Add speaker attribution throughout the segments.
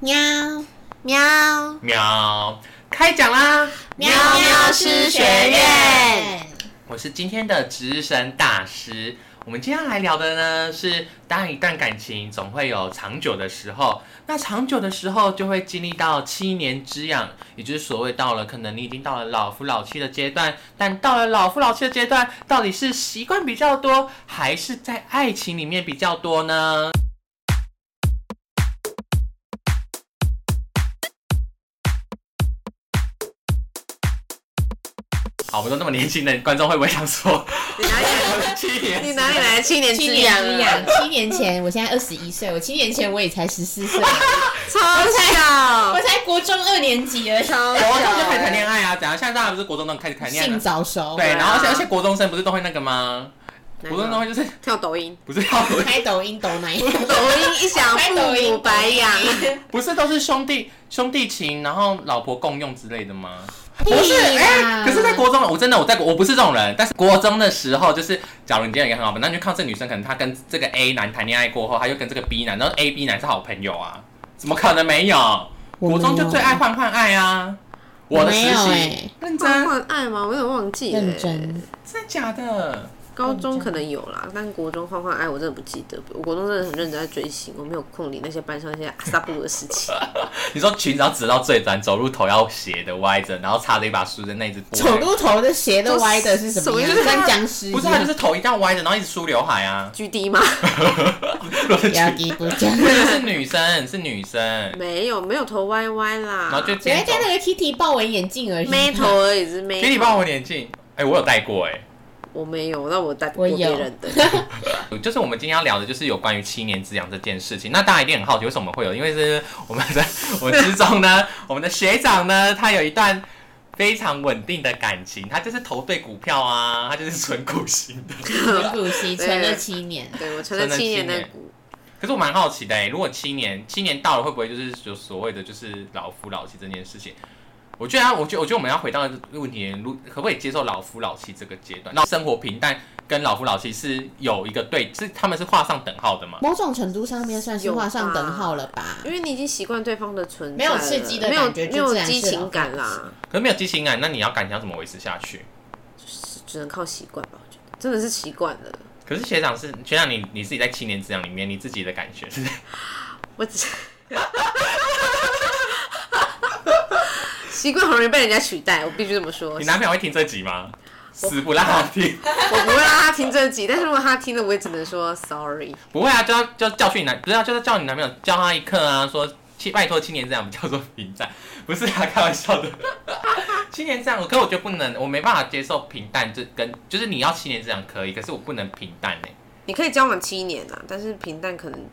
Speaker 1: 喵喵
Speaker 2: 喵，开讲啦！
Speaker 1: 喵喵师学院，
Speaker 2: 我是今天的值日生大师。我们接下来聊的呢是，当一段感情总会有长久的时候，那长久的时候就会经历到七年之痒，也就是所谓到了可能你已经到了老夫老妻的阶段，但到了老夫老妻的阶段，到底是习惯比较多，还是在爱情里面比较多呢？好，我们都那么年轻的观众会不会想说，
Speaker 1: 你哪里
Speaker 2: 七年
Speaker 1: 你哪里来的七年
Speaker 3: 七
Speaker 1: 之
Speaker 3: 年
Speaker 1: 痒
Speaker 3: 之
Speaker 1: 啊？
Speaker 3: 痒，七年前，我现在二十一岁，我七年前我也才十四岁，
Speaker 1: 超巧
Speaker 3: 我，才国中二年级而已，
Speaker 1: 超巧
Speaker 2: 国中就开始谈恋 爱啊？怎样？现在大家不是国中都开始谈恋爱
Speaker 3: 性
Speaker 2: 了？
Speaker 3: 早熟，
Speaker 2: 对，
Speaker 1: 对啊
Speaker 2: 然后而且而且国中生不是都会那个吗？
Speaker 1: 哪
Speaker 2: 国
Speaker 1: 个
Speaker 2: 中生会就是
Speaker 1: 跳抖音，
Speaker 2: 不是要
Speaker 3: 开抖音抖 奶，
Speaker 1: 抖音一响，
Speaker 3: 开
Speaker 1: 父
Speaker 3: 抖
Speaker 1: 母
Speaker 3: 音
Speaker 1: 白养。
Speaker 2: 不是都是兄弟兄弟情，然后老婆共用之类的吗？
Speaker 3: 不
Speaker 2: 不是，哎、可是，在国中，我真的我在国我不是这种人，但是国中的时候，就是假如你今天有一个很好朋友，那你就看到这女生，可能她跟这个 A 男谈恋爱过后，她又跟这个 B 男，然后 A B 男是好朋友啊，怎么可能没有？国
Speaker 3: 我没有
Speaker 2: 中就最爱换换爱啊！我的实
Speaker 3: 没有
Speaker 2: 习、
Speaker 3: 哎
Speaker 2: 认
Speaker 1: 交
Speaker 2: 真，
Speaker 1: 换爱吗？我有点忘记了、
Speaker 3: 认真，
Speaker 2: 真的假的？
Speaker 1: 高中可能有啦，但国中换换爱我真的不记得。我国中真的很认真在追星，我没有空理那些班上那些阿萨布鲁的事情。
Speaker 2: 你说裙子要直到最短，走路头要斜的歪着，然后插着一把梳着那一只波
Speaker 3: 走路头的鞋都歪的是什
Speaker 1: 什么
Speaker 3: 么样
Speaker 1: 就是？他
Speaker 3: 跟僵尸一
Speaker 2: 不是啊他就
Speaker 3: 样，
Speaker 2: 是头一定要歪着，然后一直梳刘海 啊。
Speaker 1: G D 吗？
Speaker 2: 不是
Speaker 3: 要低不 讲。
Speaker 2: 是女生，是女生，
Speaker 1: 没有，没有头歪歪啦，
Speaker 2: 然后就
Speaker 3: 只会
Speaker 2: 边走
Speaker 3: 戴。那个 Kitty 豹纹眼镜而已。
Speaker 1: 妹头而已是妹。
Speaker 2: 给你帮我眼镜，哎，我有戴过哎。
Speaker 1: 我没有，那我带不过
Speaker 3: 我
Speaker 1: 别
Speaker 3: 有
Speaker 1: 人 的。
Speaker 2: 就是我们今天要聊的，就是有关于七年之痒这件事情。那大家一定很好奇，为什么会有？因为是我们的 我们之中呢，我们的学长呢，他有一段非常稳定的感情，他就是投对股票啊，他就是存股型的。
Speaker 3: 存股息存了七年，
Speaker 1: 对我存
Speaker 2: 存了
Speaker 1: 了七年
Speaker 2: 七
Speaker 1: 的
Speaker 2: 年
Speaker 1: 股，
Speaker 2: 可是我蛮好奇的、欸，如果七年七年到了，会不会就是有所谓的就是老夫老妻这件事情？我觉得啊，我觉得我觉得我们要回到这个问题，如可不可以接受老夫老妻这个阶段？那生活平淡跟老夫老妻是有一个对，是他们是画上等号的嘛？
Speaker 3: 某种程度上面算是画上等号了吧
Speaker 1: 因？为你已经习惯对方的存在了，
Speaker 3: 没有刺激的
Speaker 1: 没有
Speaker 3: 感觉
Speaker 1: 没
Speaker 3: 就
Speaker 1: 有
Speaker 3: 自然是
Speaker 1: 激情感
Speaker 3: 老
Speaker 1: 啦，
Speaker 2: 可是没有激情感，那你要感情要怎么维持下去？
Speaker 1: 只只能靠习惯吧，我觉得真的是习惯了。
Speaker 2: 可是学长是学长你，你自己在七年之痒里面，你自己的感觉是
Speaker 1: 我只 习惯很容易被人家取代，我必须这么说。我
Speaker 2: 你男朋友会听这集吗？死不让他听，
Speaker 1: 不会让他听这集，但是如果他听了，我也只能说 sorry。
Speaker 2: 不会啊，就要就教训你男，不是啊，就是叫你男朋友教他一课啊，说七拜托七年之痒不叫做平淡，不是啊，开玩笑的。 七年之痒，我可我觉得不能，我没办法接受平淡这跟就是你要七年之痒可以，可是我不能平淡欸呢、
Speaker 1: 你可以交往七年啊，但是平淡可能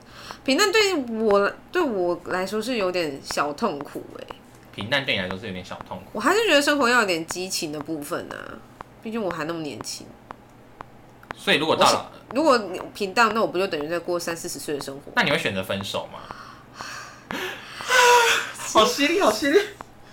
Speaker 1: 平淡对我对我来说是有点小痛苦哎、
Speaker 2: 平淡对你来说是有点小痛苦。
Speaker 1: 我还是觉得生活要有点激情的部分啊，毕竟我还那么年轻。
Speaker 2: 所以如果到了，
Speaker 1: 如果你平淡，那我不就等于在过三四十岁的生活？
Speaker 2: 那你会选择分手吗？ 好犀利，好犀利。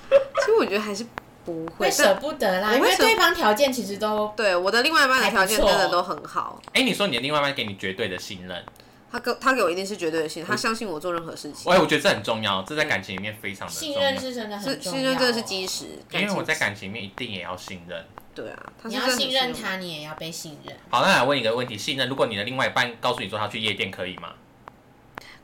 Speaker 1: 其实我觉得还是不会
Speaker 3: 会。舍
Speaker 1: 但
Speaker 3: 不得啦，
Speaker 1: 我
Speaker 3: 因
Speaker 1: 会
Speaker 3: 为
Speaker 1: 舍
Speaker 3: 对方条件其实都
Speaker 1: 对我的另外一半的条件真的
Speaker 3: 还不错
Speaker 1: 都很好，
Speaker 2: 哎、你说你的另外一半给你绝对的信任，
Speaker 1: 他给他给我一定是绝对的信任，他相信我做任何事情，
Speaker 2: 哎，我觉得这很重要，这在感情里面非常的重
Speaker 3: 信
Speaker 2: 要。
Speaker 3: 任是真的很
Speaker 1: 是
Speaker 3: 重要，
Speaker 1: 信任真的是基石。
Speaker 2: 因为
Speaker 1: 情
Speaker 2: 我在感情里面一定也要信任。
Speaker 1: 对啊，他
Speaker 3: 你
Speaker 1: 是
Speaker 3: 要
Speaker 1: 真的很
Speaker 3: 信任
Speaker 1: 我，
Speaker 3: 他，你也要被信任。
Speaker 2: 好，那来问一个问题：信任，如果你的另外一半告诉你说他去夜店可以吗？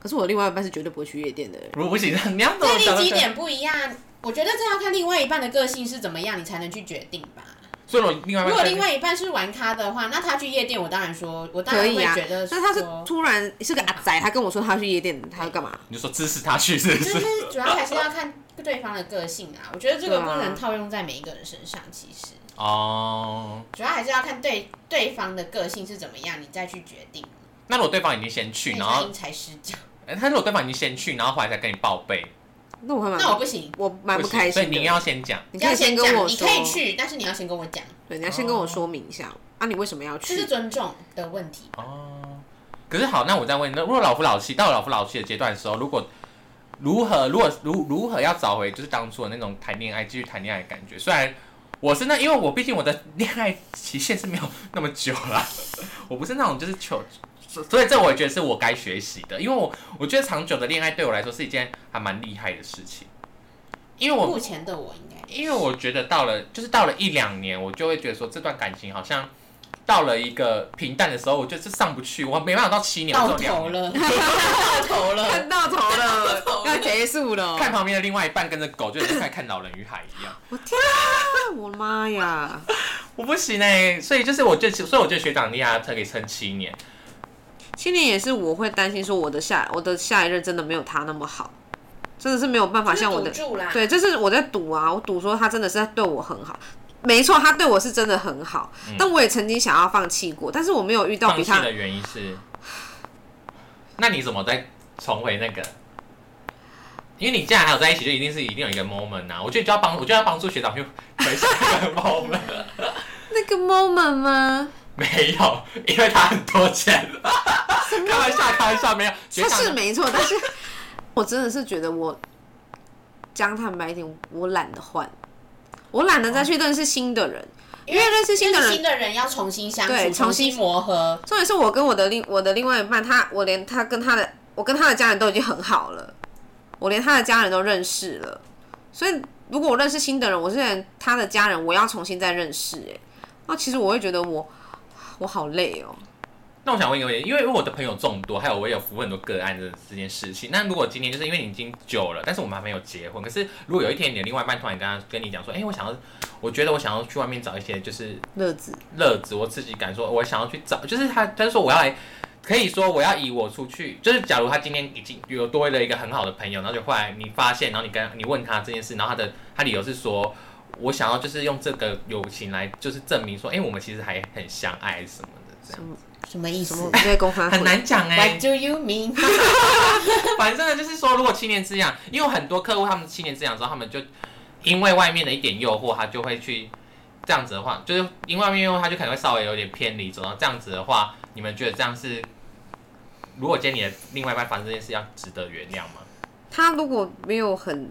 Speaker 1: 可是我另外一半是绝对不会去夜店的人。
Speaker 2: 如果不行，那 你要怎
Speaker 3: 对
Speaker 2: 么
Speaker 3: 立
Speaker 2: 讲
Speaker 3: 基
Speaker 2: 呢？
Speaker 3: 点不一样，我觉得这要看另外一半的个性是怎么样，你才能去决定吧。
Speaker 2: 所以我另外一半
Speaker 3: 如果另外一半是玩咖的话，那他去夜店，我当然说，我当
Speaker 1: 可
Speaker 3: 然
Speaker 1: 以
Speaker 3: 会
Speaker 1: 啊
Speaker 3: 觉得，说，
Speaker 1: 那他是突然是个阿仔，他跟我说他要去夜店，他要干嘛？
Speaker 2: 你就说支持他去，是不？
Speaker 3: 就是是主要还是要看对方的个性啊。我觉得这个不能套用在每一个人身上，其实
Speaker 2: 哦，
Speaker 3: 主要还是要看对对方的个性是怎么样，你再去决定。
Speaker 2: 那如果对方已经先去，然
Speaker 3: 那
Speaker 2: 后
Speaker 3: 因材施教，
Speaker 2: 哎他如果对方已经先去，然后后来才跟你报备，
Speaker 1: 那我还蛮
Speaker 3: 那我不行，
Speaker 1: 我蛮不
Speaker 2: 行
Speaker 1: 开
Speaker 2: 所以
Speaker 1: 心
Speaker 2: 你
Speaker 1: 的。
Speaker 2: 要先讲。
Speaker 1: 你可
Speaker 3: 要
Speaker 1: 以先
Speaker 3: 先
Speaker 1: 跟
Speaker 3: 讲，
Speaker 1: 我
Speaker 3: 你
Speaker 1: 说，
Speaker 3: 可以去，但是你要先跟我讲，
Speaker 1: 对，你要先跟我说明一下，啊，你为什么要
Speaker 3: 这是
Speaker 1: 去？
Speaker 3: 尊重的问题。
Speaker 2: 哦，可是好，那我再问，那如果老夫老妻到了老夫老妻的阶段的时候，如果如何，如果如如何要找回就是当初的那种谈恋爱继续谈恋爱的感觉？虽然我是那，因为 我毕竟我的恋爱期限是没有那么久啦，我不是那种就是求所所以这我也觉得是我该学习的，因为我我觉得长久的恋爱对我来说是一件还蛮厉害的事情，因为我
Speaker 3: 目前的我应该
Speaker 2: 因为我觉得到了就是到了一两年，我就会觉得说这段感情好像到了一个平淡的时候，我就是上不去，我没办法到七年，我只
Speaker 3: 到
Speaker 2: 有两
Speaker 3: 头
Speaker 2: 年。
Speaker 3: 了，到头 了。
Speaker 1: 看到头了，要结束了。
Speaker 2: 看旁边的另外一半跟着狗，就 在看《老人与海》一样，
Speaker 1: 我天啊！我的妈呀！
Speaker 2: 我不行哎、所以就是我就所以我觉得学长厉害，他可以撑七年。
Speaker 1: 七年也是我会担心说我的下我的下一任真的没有他那么好，真的是没有办法像我的
Speaker 3: 就是赌注啊啦
Speaker 1: 对，这是我在赌啊，我赌说他真的是在对我很好。没错，他对我是真的很好，但我也曾经想要放弃过，但是我没有遇到
Speaker 2: 放
Speaker 1: 比
Speaker 2: 弃
Speaker 1: 他
Speaker 2: 的原因是，那你怎么再重回那个？因为你既然还有在一起，就一定是一定有一个 moment 啊！我觉得你就要帮，我就要帮助学长去 回想那个 moment。
Speaker 1: 那个 moment 吗？
Speaker 2: 没有，因为他很多钱。 开玩笑，开玩笑，没有。学
Speaker 1: 他
Speaker 2: 长
Speaker 1: 是没错，但是 我真的是觉得我讲坦白一点，我懒得换，我懒得再去认识新的人，因为认识新的
Speaker 3: 就是
Speaker 1: 人
Speaker 3: 新的人要重新相
Speaker 1: 对
Speaker 3: 处，重
Speaker 1: 重
Speaker 3: 新
Speaker 1: 新
Speaker 3: 磨合，
Speaker 1: 重点是我跟我的另我的另外一半，他我连他跟他的我跟他的家人都已经很好了，我连他的家人都认识了，所以如果我认识新的人，我是连他的家人我要重新再认识、欸，那其实我会觉得我我好累哦、
Speaker 2: 那我想问一个问题，因为我的朋友众多，还有我也有服务很多个案的这件事情。那如果今天就是因为你已经久了，但是我们还没有结婚，可是如果有一天你的另外一半突然跟他跟你讲说，哎、我想要，我觉得我想要去外面找一些就是
Speaker 1: 乐子
Speaker 2: 乐子，我自己敢说，我想要去找，就是他，他就说我要来，可以说我要以我出去，就是假如他今天已经有多了一个很好的朋友，然后就后来你发现，然后你跟你问他这件事，然后他的他理由是说，我想要就是用这个友情来就是证明说，哎、我们其实还很相爱什么的，这样
Speaker 3: 什么意
Speaker 1: 什
Speaker 3: 思
Speaker 1: 么对公开
Speaker 2: 很难讲哎、
Speaker 3: ？What do you mean？
Speaker 2: 反正呢，就是说，如果七年之痒，因为有很多客户他们七年之痒之后，他们就因为外面的一点诱惑，他就会去这样子的话，就是因为外面诱惑，他就可能会稍微有点偏离，走到这样子的话，你们觉得这样是？如果今天你的另外一半发生这件事，要值得原谅吗？
Speaker 1: 他如果没有很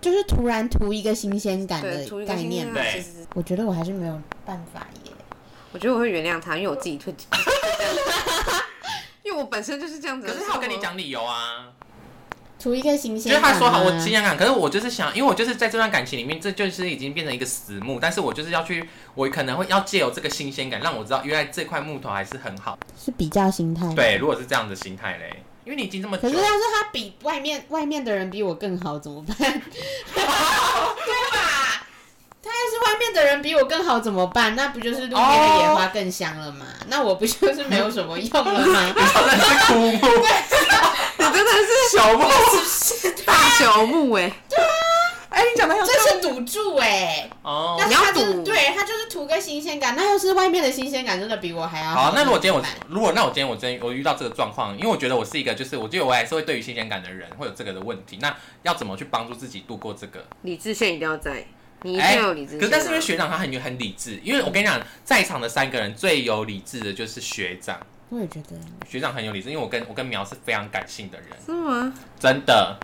Speaker 3: 就是突然图一个新鲜感
Speaker 1: 对出
Speaker 3: 的
Speaker 1: 一个
Speaker 3: 概
Speaker 1: 新恋
Speaker 3: 念
Speaker 2: 吧
Speaker 3: 吧。
Speaker 1: 爱，
Speaker 2: 对
Speaker 1: 其实
Speaker 3: 我觉得我还是没有办法耶。
Speaker 1: 我觉得我会原谅他，因为我自己会， 因为我本身就是这样子。
Speaker 2: 可是他有跟你，讲理由啊，
Speaker 3: 图一个新
Speaker 2: 就
Speaker 3: 鲜
Speaker 2: 是
Speaker 3: 感、啊。
Speaker 2: 他说好，我新鲜感，可是我就是想，因为我就是在这段感情里面，这就是已经变成一个死木，但是我就是要去，我可能会要借由这个新鲜感，让我知道原来这块木头还是很好。
Speaker 3: 是比较心态。
Speaker 2: 对，。如果是这样的心态嘞，因为你已经这么久
Speaker 3: 可
Speaker 2: 了。
Speaker 3: 是要是他比外面外面的人比我更好怎么办？对吧？他要是外面的人比我更好怎么办？那不就是路边的野花更香了吗？那我不就是没有什么用了吗？
Speaker 2: 好像是枯木，
Speaker 1: 你真的是
Speaker 2: 小木。
Speaker 1: 大朽木哎、
Speaker 2: 哎，你讲的很
Speaker 3: 这是赌注哎、
Speaker 2: 哦
Speaker 3: 那。
Speaker 1: 你要
Speaker 3: 他就是
Speaker 1: 赌
Speaker 3: 对他就是图个新鲜感，那要是外面的新鲜感真的比我还要
Speaker 2: 好，那如果今天我
Speaker 3: 怎么办
Speaker 2: 如果那我今天我真我遇到这个状况，因为我觉得我是一个就是我觉得我还是会对于新鲜感的人会有这个的问题，那要怎么去帮助自己度过这个？
Speaker 1: 理智线一定要在，你一定
Speaker 2: 哎
Speaker 1: 要有理智线啊、
Speaker 2: 可是但是因为学长他很很理智，因为我跟你讲，在场的三个人最有理智的就是学长，
Speaker 3: 我也觉得
Speaker 2: 学长很有理智，因为我跟我跟苗是非常感性的人，
Speaker 1: 是吗？
Speaker 2: 真的，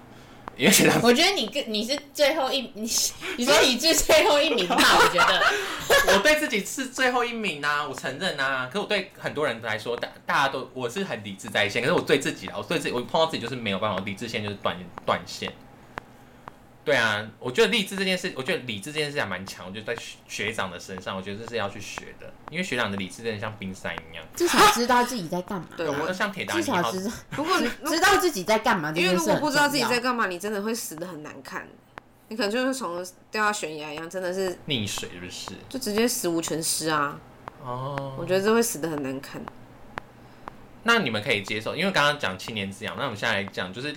Speaker 2: 因为学长
Speaker 3: 我觉得你跟你是最后一，你是你是理智最后一名吧？我觉得
Speaker 2: 我对自己是最后一名呐、我承认呐、可是我对很多人来说，大大家都我是很理智在线，可是我对自己啊啦，我对自己，我碰到自己就是没有办法，我理智线就是断断线。对啊，我觉得理智这件事，我觉得理智这件事还蛮强，我觉得在学学长的身上，我觉得这是要去学的，因为学长的理智真的像冰山一样，
Speaker 3: 至少知道自己在干嘛。
Speaker 1: 对我
Speaker 2: 就像铁达
Speaker 3: 至
Speaker 2: 尼
Speaker 3: 少
Speaker 2: 号，
Speaker 3: 知道
Speaker 1: 如 果你如
Speaker 3: 知道自己在干嘛，
Speaker 1: 因为如果不知道自己在
Speaker 3: 干
Speaker 1: 干嘛，你真的会死的很难看，你可能就是从掉到悬崖一样，真的是
Speaker 2: 溺水是不是？
Speaker 1: 就直接死无全尸啊！我
Speaker 2: 哦，
Speaker 1: 觉得这会死的很难看。
Speaker 2: 那你们可以接受，因为刚刚讲七年之痒，那我们现在来讲就是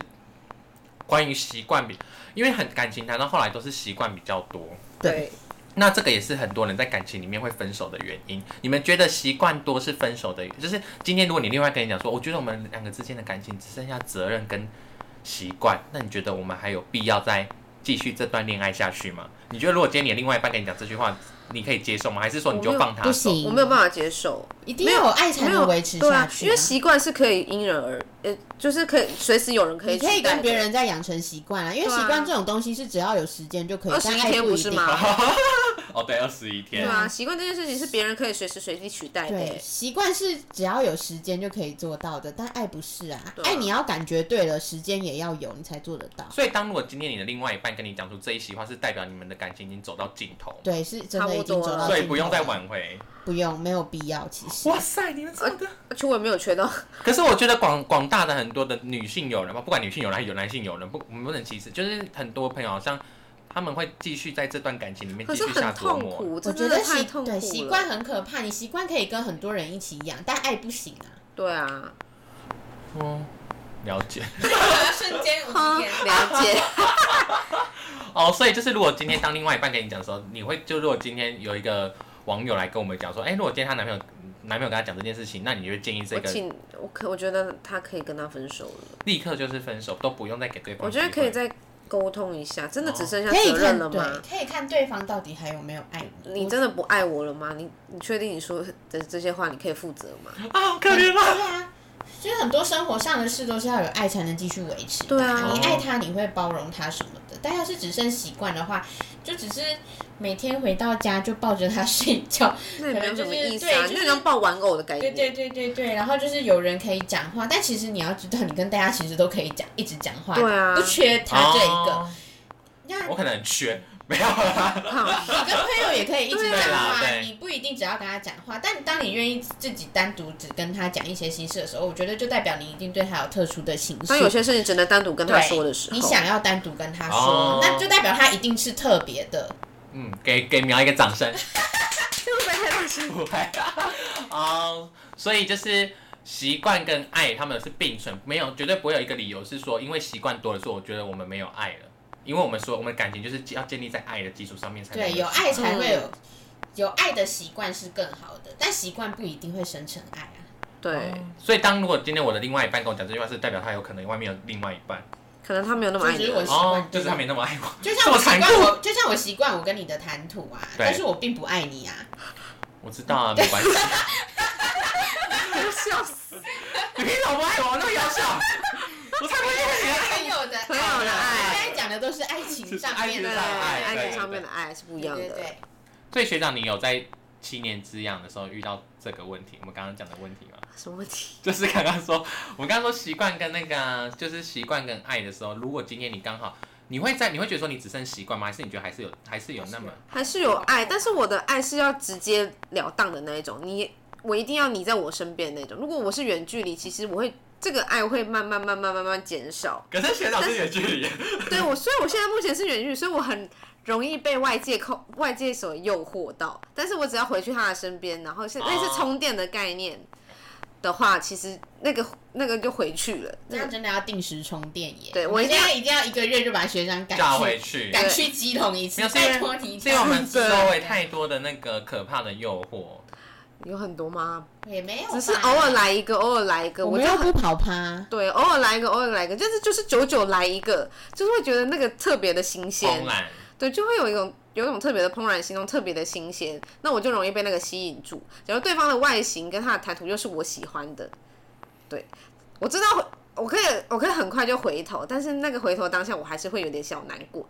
Speaker 2: 关于习惯比，因为很感情谈到后来都是习惯比较多。
Speaker 3: 对，
Speaker 2: 那这个也是很多人在感情里面会分手的原因。你们觉得习惯多是分手的，就是今天如果你另外跟你讲说，我觉得我们两个之间的感情只剩下责任跟习惯，那你觉得我们还有必要再继续这段恋爱下去吗？你觉得如果今天你的另外一半跟你讲这句话，你可以接受吗？还是说你就放他
Speaker 3: 不
Speaker 2: 走？
Speaker 3: 行，
Speaker 1: 我没有办法接受，
Speaker 3: 一定要有爱才
Speaker 1: 没有
Speaker 3: 能维持
Speaker 1: 对啊
Speaker 3: 下去啊。
Speaker 1: 因为习惯是可以因人而，呃，就是可以随时有人可以
Speaker 3: 你
Speaker 1: 取
Speaker 3: 可
Speaker 1: 代
Speaker 3: 以
Speaker 1: 的
Speaker 3: 跟别人再养成习惯啊，因为
Speaker 1: 对啊
Speaker 3: 习惯这种东西是只要有时间就可以，
Speaker 1: 21
Speaker 3: 但爱
Speaker 1: 天
Speaker 3: 不
Speaker 1: 不
Speaker 3: 一
Speaker 1: 是
Speaker 3: 定。
Speaker 1: 吗？
Speaker 2: 哦，对，二十一
Speaker 1: 对
Speaker 2: 天。
Speaker 1: 啊，习惯这件事情是别人可以随时随地取代的
Speaker 3: 嗯对，
Speaker 1: 欸。
Speaker 3: 习惯是只要有时间就可以做到的，但爱不是啊，
Speaker 1: 对啊
Speaker 3: 爱你要感觉对了，时间也要有，你才做得到。
Speaker 2: 所以，当如果今天你的另外一半跟你讲出这一席话，是代表你们的感情已经走到尽头，
Speaker 3: 对，是哦真
Speaker 1: 差
Speaker 3: 的
Speaker 1: 不
Speaker 3: 已经
Speaker 1: 多
Speaker 3: 走
Speaker 1: 了
Speaker 3: 到，
Speaker 2: 所以不用再，挽回。
Speaker 3: 不用，没有必要。其实，
Speaker 2: 哇塞，你们这么的！
Speaker 1: 其实我也没有缺到，
Speaker 2: 可是我觉得广广大的很多的女性友人吧，不管女性友人还是有男性友人，不我们不能歧视，就是很多朋友好像他们会继续在这段感情里面
Speaker 1: 可
Speaker 2: 继
Speaker 1: 是
Speaker 2: 续下
Speaker 1: 很
Speaker 2: 琢
Speaker 1: 痛
Speaker 2: 磨。
Speaker 1: 苦，
Speaker 3: 我
Speaker 1: 这
Speaker 3: 觉
Speaker 1: 真
Speaker 3: 得
Speaker 1: 的太
Speaker 3: 习
Speaker 1: 痛苦
Speaker 3: 对
Speaker 1: 了。
Speaker 3: 习惯很可怕，你习惯可以跟很多人一起一样，但爱不行啊。
Speaker 1: 对啊，
Speaker 2: 嗯，了解。
Speaker 3: 瞬间
Speaker 1: 哼，了 解。
Speaker 2: 哦，所以就是如果今天当另外一半跟你讲的时候，你会就如果今天有一个网友来跟我们讲说，哎、如果今天她男朋友男朋友跟她讲这件事情，那你就会建议这
Speaker 1: 我
Speaker 2: 个
Speaker 1: 请我可我觉得他可以跟他分手了，
Speaker 2: 立刻就是分手，都不用再给对方
Speaker 1: 我
Speaker 2: 机
Speaker 1: 觉
Speaker 2: 会。
Speaker 1: 得可以再沟通一下，真的只剩下
Speaker 3: 可以
Speaker 1: 责任
Speaker 3: 看
Speaker 1: 了
Speaker 3: 对
Speaker 1: 吗？，
Speaker 3: 可以看对方到底还有没有爱你。
Speaker 1: 你真的不爱我了吗？你你确定你说的这些话你可以负责吗？
Speaker 2: 啊，好可怜啊！
Speaker 3: 对啊，其实很多生活上的事都是要有爱才能继续维持的。
Speaker 1: 对啊
Speaker 3: 你爱他，你会包容他什么的。但要是只剩习惯的话，就只是每天回到家就抱着他睡觉。
Speaker 1: 那也没有什么意思
Speaker 3: 可
Speaker 1: 啊，
Speaker 3: 能就是对
Speaker 1: 你
Speaker 3: 就是
Speaker 1: 就像抱玩偶的概
Speaker 3: 对对
Speaker 1: 念。
Speaker 3: 对对对，然后就是有人可以讲话，但其实你要知道，你跟大家其实都可以讲，一直讲话，
Speaker 1: 对啊
Speaker 3: 不缺他这一个。
Speaker 2: 哦
Speaker 3: 那、
Speaker 2: 我可能很缺，没有啦。
Speaker 1: 靠
Speaker 3: 你 跟朋友也可以一直
Speaker 2: 对
Speaker 3: 讲
Speaker 2: 啦
Speaker 3: 话，
Speaker 2: 对啊
Speaker 3: 你不一定只要跟他讲话，但当你愿意自己单独只跟他讲一些心事的时候，我觉得就代表你一定对他有特殊的情绪。
Speaker 1: 当有些事情只能单独跟他
Speaker 3: 对
Speaker 1: 说的时候，
Speaker 3: 你想要单独跟他说，
Speaker 2: 哦
Speaker 3: 那就代表他一定是特别的。
Speaker 2: 嗯，给给苗一个掌声。
Speaker 1: 这会不会太大声？
Speaker 2: 不会哦，所以就是习惯跟爱，他们是并存，没有绝对不会有一个理由是说，因为习惯多了，所以我觉得我们没有爱了。因为我们说，我们感情就是要建立在爱的基础上面才能
Speaker 3: 对，
Speaker 2: 有
Speaker 3: 有爱
Speaker 2: 习
Speaker 3: 才会有、
Speaker 1: 嗯
Speaker 3: 有爱的习惯是更好的，但习惯不一定会生成爱啊。
Speaker 1: 对，
Speaker 2: 惯。所以，当如果今天我的另外一半跟我讲这句话，是代表他有可能外面有另外一半
Speaker 1: 可能他没有那么爱你
Speaker 3: 就。是我习惯
Speaker 2: 哦，就是他没那么爱我。
Speaker 3: 就
Speaker 2: 这
Speaker 3: 像
Speaker 2: 么
Speaker 3: 我习
Speaker 2: 残
Speaker 3: 惯
Speaker 2: 酷
Speaker 3: 我，就像我习惯我跟你的谈吐啊，
Speaker 2: 对
Speaker 3: 但是我并不爱你啊。
Speaker 2: 我知道啊，没关系。
Speaker 1: 笑 死！
Speaker 2: 你凭什么不爱我？我那么优秀，我才不爱 你啊！
Speaker 3: 朋友的
Speaker 1: 朋友的爱
Speaker 3: 现在讲的都是爱情上面
Speaker 1: 对，
Speaker 2: 是
Speaker 3: 的
Speaker 2: 爱
Speaker 1: 爱
Speaker 2: 对
Speaker 1: 情上
Speaker 2: 对
Speaker 1: 面的爱是不一
Speaker 3: 对
Speaker 1: 样
Speaker 3: 对
Speaker 1: 的。
Speaker 3: 对，
Speaker 2: 所以学长，你有在七年之痒的时候遇到这个问题，我们刚刚讲的问题吗？
Speaker 1: 什么问题？
Speaker 2: 就是刚刚说，我们刚刚说习惯跟那个啊，就是习惯跟爱的时候，如果今天你刚好，你会在，你会觉得说你只剩习惯吗？还是你觉得还是有，还是有那么？
Speaker 1: 还是有爱，但是我的爱是要直截了当的那一种，你我一定要你在我身边那种。如果我是远距离，其实我会这个爱会慢慢慢慢慢慢减少。
Speaker 2: 可是学长是远距离，
Speaker 1: 对我，所以我现在目前是远距，所以我很容易被外界控、外界所诱惑到。但是我只要回去他的身边，然后是类似
Speaker 2: 哦
Speaker 1: 充电的概念的话，其实那个那个就回去了。
Speaker 3: 这
Speaker 1: 那个
Speaker 3: 样真的要定时充电耶。
Speaker 1: 对
Speaker 3: 我
Speaker 1: 我一
Speaker 3: 现
Speaker 1: 定要
Speaker 3: 在一定要一个月就把学 长赶
Speaker 2: 嫁
Speaker 3: 去
Speaker 2: 回去
Speaker 3: 赶去基隆一次
Speaker 2: 没有，是因为
Speaker 3: 拜托你一
Speaker 2: 是因为
Speaker 3: 定要
Speaker 2: 我们
Speaker 3: 去基隆
Speaker 2: 周围太多的那个可怕的诱惑。
Speaker 1: 有很多吗？
Speaker 3: 也没有吧，
Speaker 1: 只是偶尔来一个，偶尔来一个，
Speaker 3: 我
Speaker 1: 我
Speaker 3: 们
Speaker 1: 就
Speaker 3: 又
Speaker 1: 很
Speaker 3: 不跑趴，
Speaker 1: 对，偶尔来一个，偶尔来一个，就是就是久久来一个，就是会觉得那个特别的新鲜
Speaker 2: 怦，然，
Speaker 1: 对，就会有一种有一种特别的怦然心动，特别的新鲜，那我就容易被那个吸引住。假如对方的外形跟他的谈吐又是我喜欢的，对我知道我可以我可以很快就回头，但是那个回头当下我还是会有点小难过。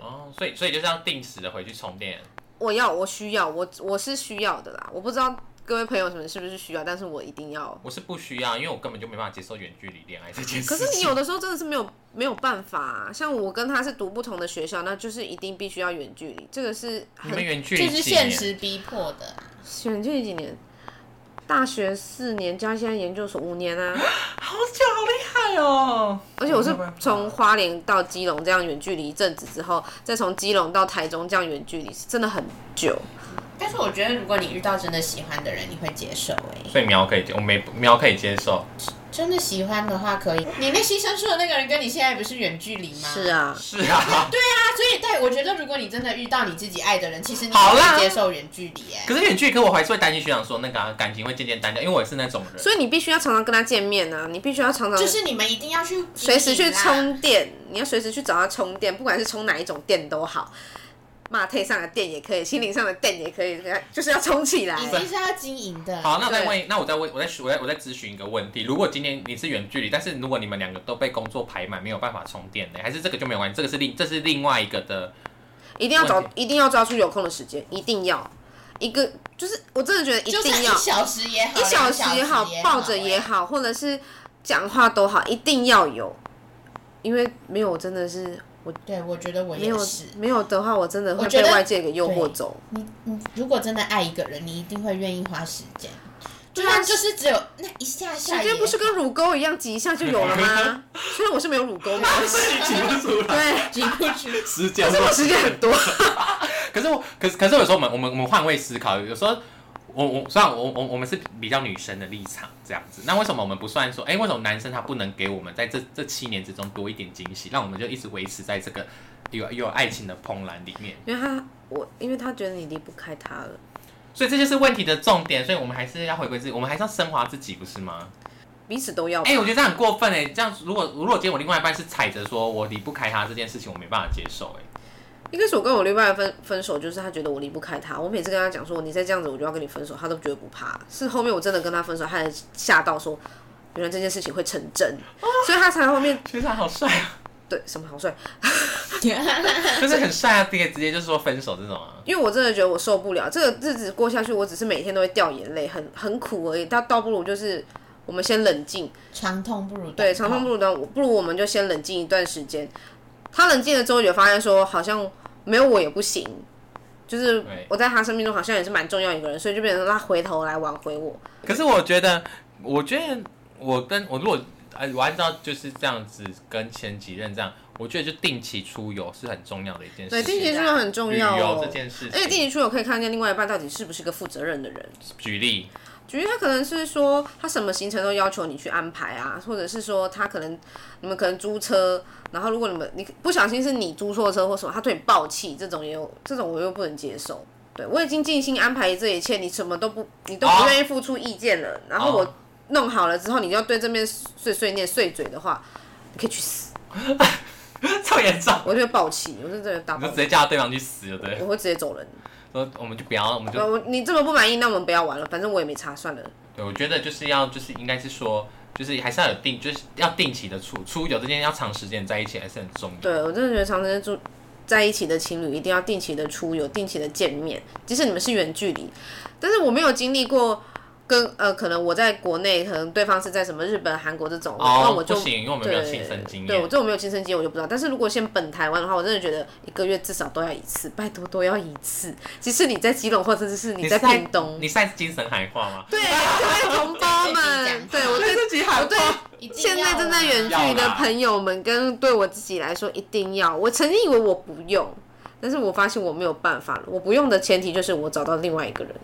Speaker 2: 哦，所以所以就是要定时的回去充电。
Speaker 1: 我要，我需要，我我是需要的啦。我不知道各位朋友你们是不是需要，但是我一定要。
Speaker 2: 我是不需要，因为我根本就没办法接受远距离恋爱这件事情。
Speaker 1: 可是你有的时候真的是没有没有办法、啊，像我跟他是读不同的学校，那就是一定必须要远距离，这个是很
Speaker 2: 你们远距离
Speaker 3: 就是
Speaker 2: 几年
Speaker 3: 现实逼迫的啊。
Speaker 1: 远距离几年？大学四年加现在研究所五年啊，
Speaker 2: 好久，好厉害哦！
Speaker 1: 而且我是
Speaker 2: 没有办法
Speaker 1: 从花莲到基隆这样远距离一阵子之后，再从基隆到台中这样远距离，是真的很久。
Speaker 3: 但是我觉得，如果你遇到真的喜欢的人，你会接受哎、
Speaker 2: 所以苗可以接，我没苗可以接受。
Speaker 3: 真的喜欢的话可以。你内心深处的那个人跟你现在不是远距离吗？
Speaker 1: 是。啊，
Speaker 2: 是啊，
Speaker 3: 啊，所以对，我觉得如果你真的遇到你自己爱的人，其实你
Speaker 2: 好啦
Speaker 3: 可以接受远距离哎、
Speaker 2: 可是远距离，可我还是会担心学长说那个啊、感情会渐渐单调，因为我也是那种人。
Speaker 1: 所以你必须要常常跟他见面啊，你必须要常常
Speaker 3: 就是你们一定要去
Speaker 1: 随时去充电，你要随时去找他充电，不管是充哪一种电都好，骂退上的电也可以，心灵上的电也可以，跟他就是要充起来。
Speaker 3: 一定是要经营的。
Speaker 2: 好，那我再问，那我再问，我再询我再我再咨询一个问题：如果今天你是远距离，但是如果你们两个都被工作排满，没有办法充电呢，还是这个就没有关系？这个是另这是另外一个的
Speaker 1: 一定要找
Speaker 2: 问题，
Speaker 1: 一定要抓出有空的时间，一定要一个，就是我真的觉得一
Speaker 3: 就算
Speaker 1: 定
Speaker 3: 一
Speaker 1: 要
Speaker 3: 小时也好，
Speaker 1: 一
Speaker 3: 小
Speaker 1: 小时也好，抱着也
Speaker 3: 好
Speaker 1: 好，或者是讲话都好，一定要有，因为没有真的是我
Speaker 3: 哎。对，我觉得我
Speaker 1: 没
Speaker 3: 也
Speaker 1: 有
Speaker 3: 是。
Speaker 1: 没有的话，我真的会
Speaker 3: 我觉
Speaker 1: 被
Speaker 3: 得
Speaker 1: 外界给诱惑
Speaker 3: 对
Speaker 1: 走。
Speaker 3: 你你如果真的爱一个人，你一定会愿意花时间。就
Speaker 1: 对啊
Speaker 3: 算就是只有那一下
Speaker 1: 时
Speaker 3: 下也好，
Speaker 1: 间不是跟乳沟一样挤一下就有了 吗？虽然我是没有乳 沟，没关系。
Speaker 2: 挤不出来，
Speaker 1: 对，
Speaker 3: 挤不出
Speaker 2: 时间
Speaker 1: 可是我时间很多。
Speaker 2: 可是我，可是可是有时候我们我们我们换位思考，有时候我我虽然我我我们是比较女生的立场这样子，那为什么我们不算说，哎、为什么男生他不能给我们在这这七年之中多一点惊喜，让我们就一直维持在这个有有爱情的怦然里面？
Speaker 1: 因为他我，因为他觉得你离不开他了。
Speaker 2: 所以这就是问题的重点，所以我们还是要回归自己，我们还是要升华自己，不是吗？
Speaker 1: 彼此都要吧。
Speaker 2: 哎、我觉得这样很过分哎、这样如果如果今天我另外一半是踩着说我离不开他这件事情，我没办法接受哎、
Speaker 1: 一开始我跟我另外一半分分手，就是他觉得我离不开他。我每次跟他讲说，你再这样子，我就要跟你分手，他都觉得不怕。是后面我真的跟他分手，他才吓到说，原来这件事情会成真，所以他才后面
Speaker 2: 学长好帅啊，
Speaker 1: 对什么好帅。
Speaker 2: 就是很帅啊，直接直接就说分手这种啊。
Speaker 1: 因为我真的觉得我受不了，这个日子过下去，我只是每天都会掉眼泪，很很苦而已。他倒不如就是我们先冷静，
Speaker 3: 长痛不如
Speaker 1: 对，长痛不如短，不如我们就先冷静一段时间。他冷静了之后，也发现说好像没有我也不行，就是
Speaker 2: 对
Speaker 1: 我在他生命中好像也是蛮重要一个人，所以就变成他回头来挽回我。
Speaker 2: 可是我觉得，我觉得我跟我如果呃，我按照就是这样子跟前几任这样，我觉得就定期出游是很重要的一件
Speaker 1: 对，
Speaker 2: 事情。
Speaker 1: 定期出游很重要
Speaker 2: 旅游
Speaker 1: 哦
Speaker 2: 这。件事
Speaker 1: 而且定
Speaker 2: 情，
Speaker 1: 期出游可以看见另外一半到底是不是个负责任的人。
Speaker 2: 举例，
Speaker 1: 举例，他可能是说他什么行程都要求你去安排啊，或者是说他可能你们可能租车，然后如果你们你不小心是你租错车或什么，他对你暴气，这种也有，这种我又不能接受。对我已经尽心安排这一切，你什么都不，你都
Speaker 2: 哦
Speaker 1: 不愿意付出意见了，然后
Speaker 2: 哦
Speaker 1: 我弄好了之后，你要对这边碎碎念碎嘴的话，你可以去死，
Speaker 2: 这么严重，
Speaker 1: 我就会暴气，我是真的大
Speaker 2: 你就
Speaker 1: 暴
Speaker 2: 直
Speaker 1: 气，
Speaker 2: 接叫对方去死，对不对？
Speaker 1: 我会直接走人。
Speaker 2: 说我们就不要，我们就
Speaker 1: 我你这么不满意，那我们不要玩了，反正我也没差，算了。
Speaker 2: 对，我觉得就是要就是应该是说，就是还是要有定，就是要定期的出出游，这件要长时间在一起还是很重要。
Speaker 1: 对我真的觉得长时间住在一起的情侣一定要定期的出游，定期的见面，即使你们是远距离。但是我没有经历过跟呃，可能我在国内，可能对方是在什么日本、韩国这种，那
Speaker 2: 哦
Speaker 1: 我，
Speaker 2: 不
Speaker 1: 就
Speaker 2: 行，因为我们没有亲身经
Speaker 1: 对，对我
Speaker 2: 验。
Speaker 1: 这种没有亲身经验，我就不知道。但是如果先本台湾的话，我真的觉得一个月至少都要一次，拜托都要一次。即使你在基隆，或者是你
Speaker 2: 你
Speaker 1: 在
Speaker 2: 是在
Speaker 1: 屏东，
Speaker 2: 你是在精神海话吗？
Speaker 1: 对各位同 胞
Speaker 3: 自己
Speaker 1: 们
Speaker 3: 讲，
Speaker 1: 对我对
Speaker 2: 自己喊
Speaker 1: 我对现在正在远距离的朋友们，跟对我自己来说一定要。我曾经以为我不用，但是我发现我没有办法了。我不用的前提就是我找到另外一个人，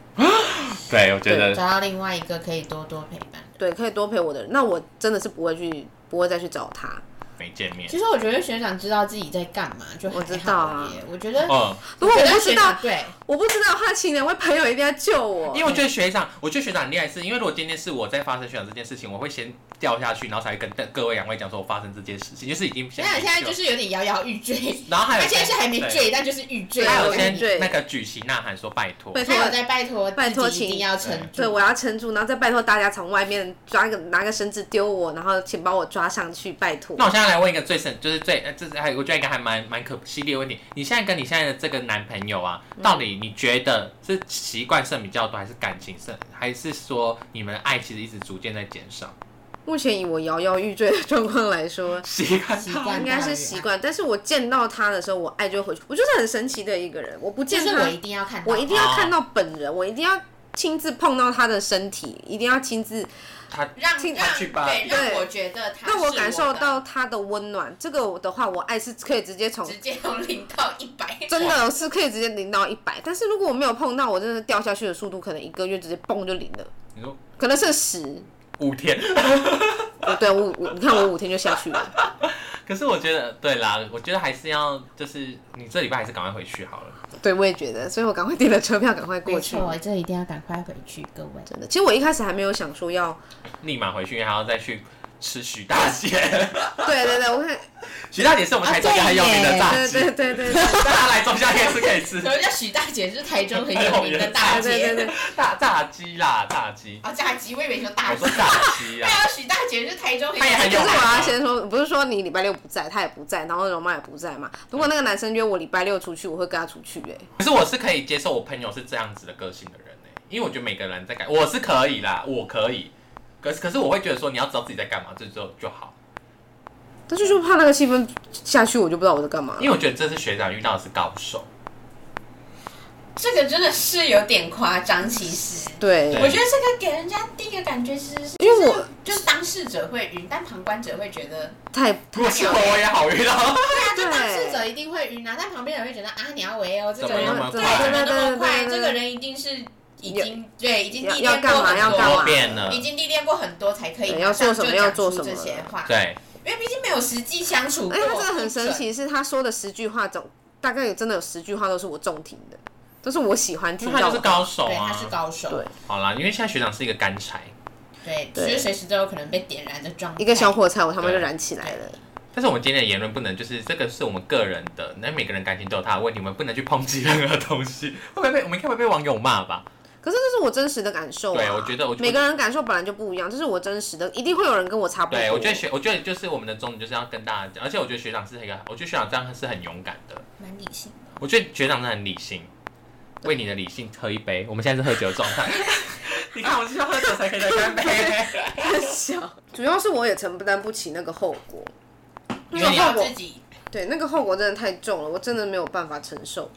Speaker 2: 对，我
Speaker 1: 对
Speaker 2: 觉得
Speaker 3: 找到另外一个可以多多陪伴。
Speaker 1: 对，可以多陪我的人。那我真的是不会去，不会再去找他。
Speaker 2: 没见面。
Speaker 3: 其实我觉得学长知道自己在干嘛就还
Speaker 1: 我知道
Speaker 3: 好
Speaker 1: 啊
Speaker 3: 耶。我觉得
Speaker 2: 嗯，
Speaker 1: 如果
Speaker 3: 觉
Speaker 1: 我
Speaker 3: 得
Speaker 1: 不知
Speaker 3: 学长
Speaker 1: 道，
Speaker 3: 对，
Speaker 1: 我不知道的话，请两位朋友一定要救我
Speaker 2: 因。为我觉得学长，我觉得学长很厉害是，因为如果今天是我在发生学长这件事情，我会先掉下去，然后才跟各位两位讲说我发生这件事情，就是已经
Speaker 3: 学
Speaker 2: 先
Speaker 3: 长现在
Speaker 2: 内疚
Speaker 3: 就是有点摇摇欲坠，
Speaker 2: 然后还有
Speaker 3: 他现在是还没
Speaker 2: 对，
Speaker 3: 坠，但就是欲坠。
Speaker 1: 对
Speaker 2: 还
Speaker 1: 我
Speaker 2: 有
Speaker 1: 跟
Speaker 2: 先
Speaker 1: 你坠
Speaker 2: 那个举旗呐喊说拜托，
Speaker 1: 拜
Speaker 3: 他有在拜托，
Speaker 1: 拜托请
Speaker 3: 一定要撑
Speaker 1: 对，
Speaker 3: 住。
Speaker 1: 我要撑住，然后再拜托大家从外面抓个拿个绳子丢我，然后请把我抓上去，拜托
Speaker 2: 那。我现在来问一个最深，就是最，呃这是还有我觉得一个还蛮蛮可犀利的问题。你现在跟你现在的这个男朋友啊，到底你觉得是习惯性比较多，还是感情胜，还是说你们的爱其实一直逐渐在减少？
Speaker 1: 目前以我摇摇欲坠的状况来说，
Speaker 2: 习惯
Speaker 3: 习惯
Speaker 1: 应该是习惯，但是我见到他的时候，我爱就会回去。我就是很神奇的一个人，我不
Speaker 3: 就
Speaker 1: 见
Speaker 3: 是
Speaker 1: 他，
Speaker 3: 我一定要看到，
Speaker 1: 我一定要看到本人，我一定要亲自碰到他的身体，一定要亲自
Speaker 2: 他
Speaker 3: 让
Speaker 1: 亲
Speaker 3: 让
Speaker 2: 他去吧
Speaker 3: 对，让
Speaker 1: 对
Speaker 3: 我觉得他
Speaker 1: 让我
Speaker 3: 是
Speaker 1: 感受
Speaker 3: 的
Speaker 1: 到他的温暖。这个我的话，我爱是可以直接从
Speaker 3: 直接从零到一百，
Speaker 1: 真的是可以直接零到一百，但是如果我没有碰到，我真的掉下去的速度可能一个月直接蹦就零了，
Speaker 2: 你说
Speaker 1: 可能剩十。
Speaker 2: 五天，
Speaker 1: 哦对我我你看我五天就下去了，
Speaker 2: 可是我觉得对啦，我觉得还是要就是你这礼拜还是赶快回去好了。
Speaker 1: 对我也觉得，所以我赶快订了车票，赶快过
Speaker 3: 没
Speaker 1: 去。
Speaker 3: 错，这一定要赶快回去，各位。
Speaker 1: 真的，其实我一开始还没有想说要
Speaker 2: 立马回去，还要再去吃徐大姐，
Speaker 1: 对对对，我看，
Speaker 2: 徐大姐是我们台中一个很有名的炸
Speaker 1: 啊对
Speaker 2: 鸡，
Speaker 1: 对对对对
Speaker 2: 大家来中下夜市可以吃
Speaker 3: 有人叫许大姐，就是台中很有名的 大
Speaker 1: 对对对
Speaker 3: 姐。
Speaker 1: 对，
Speaker 2: 大炸鸡啦，炸鸡，
Speaker 3: 啊，炸鸡，我以为说大
Speaker 2: 我
Speaker 3: 姐
Speaker 2: 说。炸鸡啊，
Speaker 3: 还有许大姐是台中很
Speaker 2: 她也很
Speaker 1: 就
Speaker 2: 有
Speaker 1: 是
Speaker 2: 名
Speaker 1: 我要先说，不是说你礼拜六不在，他也不在，然后容妈也不在嘛。如果那个男生约我礼拜六出去，我会跟他出去哎、
Speaker 2: 可是我是可以接受我朋友是这样子的个性的人呢、因为我觉得每个人在改，我是可以啦，我可以。可是可是我会觉得说你要知道自己在干嘛，这就就好。
Speaker 1: 但是就怕那个气氛下去，我就不知道我在干嘛了。
Speaker 2: 因为我觉得这次学长遇到的是高手，
Speaker 3: 这个真的是有点夸张，其实。
Speaker 1: 对，
Speaker 2: 对
Speaker 3: 我觉得这个给人家第一个感觉其实是，
Speaker 1: 因为我
Speaker 3: 就是当事者会晕，但旁观者会觉得，
Speaker 1: 太
Speaker 2: 如果是 我我也好遇到。
Speaker 3: 对啊，就
Speaker 1: 对
Speaker 3: 当事者一定会晕啊，但旁边人会觉得啊，你要围哦，这
Speaker 2: 怎
Speaker 3: 个
Speaker 2: 么那
Speaker 3: 人
Speaker 2: 么
Speaker 1: 对对
Speaker 2: 快
Speaker 3: 怎么
Speaker 1: 对
Speaker 3: 那么
Speaker 1: 对
Speaker 3: 快，
Speaker 1: 对，
Speaker 3: 这个人一定是已经对已经
Speaker 1: 要
Speaker 3: 历
Speaker 1: 要
Speaker 3: 练过
Speaker 1: 干嘛
Speaker 3: 很
Speaker 1: 要干
Speaker 3: 多
Speaker 1: 嘛
Speaker 2: 变了
Speaker 3: 已经历练过很多才可以
Speaker 1: 对
Speaker 3: 马
Speaker 1: 要做
Speaker 3: 上
Speaker 1: 什
Speaker 3: 就
Speaker 1: 么
Speaker 3: 讲
Speaker 1: 要做
Speaker 3: 出
Speaker 1: 什么
Speaker 3: 这些话，
Speaker 2: 对，
Speaker 3: 因为毕竟没有实际相处过，
Speaker 1: 哎，他真的很神
Speaker 3: 不准。
Speaker 1: 奇，是他说的十句话总大概有真的有十句话都是我中听的，都是我喜欢
Speaker 2: 因
Speaker 1: 听
Speaker 2: 为他
Speaker 1: 到
Speaker 2: 就
Speaker 1: 的。
Speaker 2: 是高手
Speaker 3: 对，
Speaker 2: 啊
Speaker 3: 他。是高手，
Speaker 1: 对
Speaker 2: 好啦，因为现在学长是一个干柴，
Speaker 3: 对，
Speaker 1: 对
Speaker 3: 所以随时都有可能被点燃的状态。
Speaker 1: 一个小火柴，我他妈就燃起来了。
Speaker 2: 但是我们今天的言论不能就是这个是我们个人的，那每个人感情都有他的问题，我们不能去抨击任何东西，会不会被我们应该不会被网友骂吧？
Speaker 1: 可是这是我真实的感受啊！
Speaker 2: 对我觉得我觉得
Speaker 1: 每个人感受本来就不一样，这是我真实的，一定会有人跟我差不多。
Speaker 2: 对，我觉得学，我觉得就是我们的宗旨就是要跟大家讲，而且我觉得学长是一个，我觉得学长这样是很勇敢的，
Speaker 3: 蛮理性的。
Speaker 2: 我觉得学长真的很理性，为你的理性喝一杯，我们现在是喝酒的状态。你看，我是要喝酒才可以来干杯，
Speaker 1: 小，主要是我也承担不起那个后果。那
Speaker 2: 因为
Speaker 1: 个
Speaker 2: 你
Speaker 1: 后
Speaker 2: 要
Speaker 1: 果
Speaker 3: 自，己，
Speaker 1: 对那个后果真的太重了，我真的没有办法承受。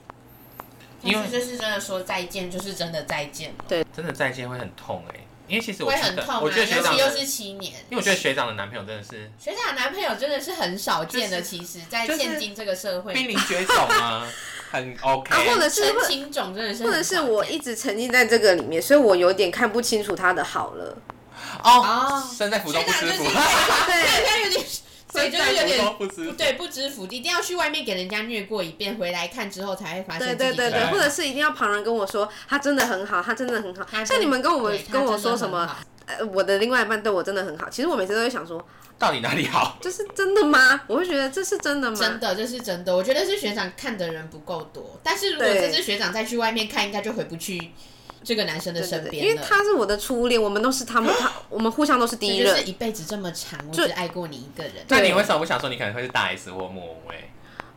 Speaker 2: 因
Speaker 3: 但
Speaker 2: 为
Speaker 3: 是就是真的说再见，就是真的再见了，
Speaker 2: 真的再见会很痛哎、因为其实我
Speaker 3: 会
Speaker 2: 觉
Speaker 3: 很
Speaker 2: 得，
Speaker 3: 痛啊。
Speaker 2: 我觉得学
Speaker 3: 尤
Speaker 2: 长
Speaker 3: 其
Speaker 2: 的，
Speaker 3: 又是七年，
Speaker 2: 因为我觉得学长的男朋友真的是
Speaker 3: 学长的男朋友真的是很少见的，
Speaker 2: 就是
Speaker 3: 其实，在
Speaker 2: 就是
Speaker 3: 现今这个社会，
Speaker 2: 濒临绝种啊，很 OK，、
Speaker 1: 啊，或者是
Speaker 3: 澄
Speaker 1: 会
Speaker 3: 清种真的是
Speaker 1: 或
Speaker 3: 很
Speaker 1: 者
Speaker 3: 少
Speaker 1: 是
Speaker 3: 见，
Speaker 1: 我一直沉浸在这个里面，所以我有点看不清楚他的好了。
Speaker 2: 哦
Speaker 3: 哦，
Speaker 2: 身在福中
Speaker 3: 学
Speaker 2: 不
Speaker 3: 长
Speaker 2: 知
Speaker 3: 就是
Speaker 2: 福
Speaker 3: 对，，对
Speaker 1: 对，
Speaker 3: 他有点，对，就是有
Speaker 2: 福
Speaker 3: 点
Speaker 2: 中不知福。
Speaker 3: 对不知福，一定要去外面给人家虐过一遍，回来看之后才会发
Speaker 1: 对
Speaker 3: 现自己
Speaker 1: 对对对，
Speaker 2: 对
Speaker 1: 或者是一定要旁人跟我说他真的很好，他真的很好。
Speaker 3: 他真
Speaker 1: 像你们跟我
Speaker 3: 对
Speaker 1: 们
Speaker 3: 他
Speaker 1: 跟我
Speaker 3: 真的
Speaker 1: 说
Speaker 3: 很
Speaker 1: 什么，
Speaker 3: 好
Speaker 1: 呃，我的另外一半对我真的很好，其实我每次都会想说，
Speaker 2: 到底哪里好？
Speaker 1: 这是真的吗？我会觉得这是真的吗？
Speaker 3: 真的，这是真的。我觉得是学长看的人不够多，但是如果
Speaker 1: 对
Speaker 3: 这次学长再去外面看，应该就回不去这个男生的
Speaker 1: 对对
Speaker 3: 身
Speaker 1: 对，
Speaker 3: 边
Speaker 1: 因为
Speaker 3: 了。
Speaker 1: 他是我的初恋，我们都是他们，他我们互相都是第
Speaker 3: 这
Speaker 1: 一
Speaker 3: 就是
Speaker 1: 任。
Speaker 3: 一辈子这么长，我
Speaker 1: 就
Speaker 3: 只爱过你一个人。
Speaker 2: 那
Speaker 1: 对
Speaker 2: 你为什么不想说你可能会是大 S 或莫文蔚？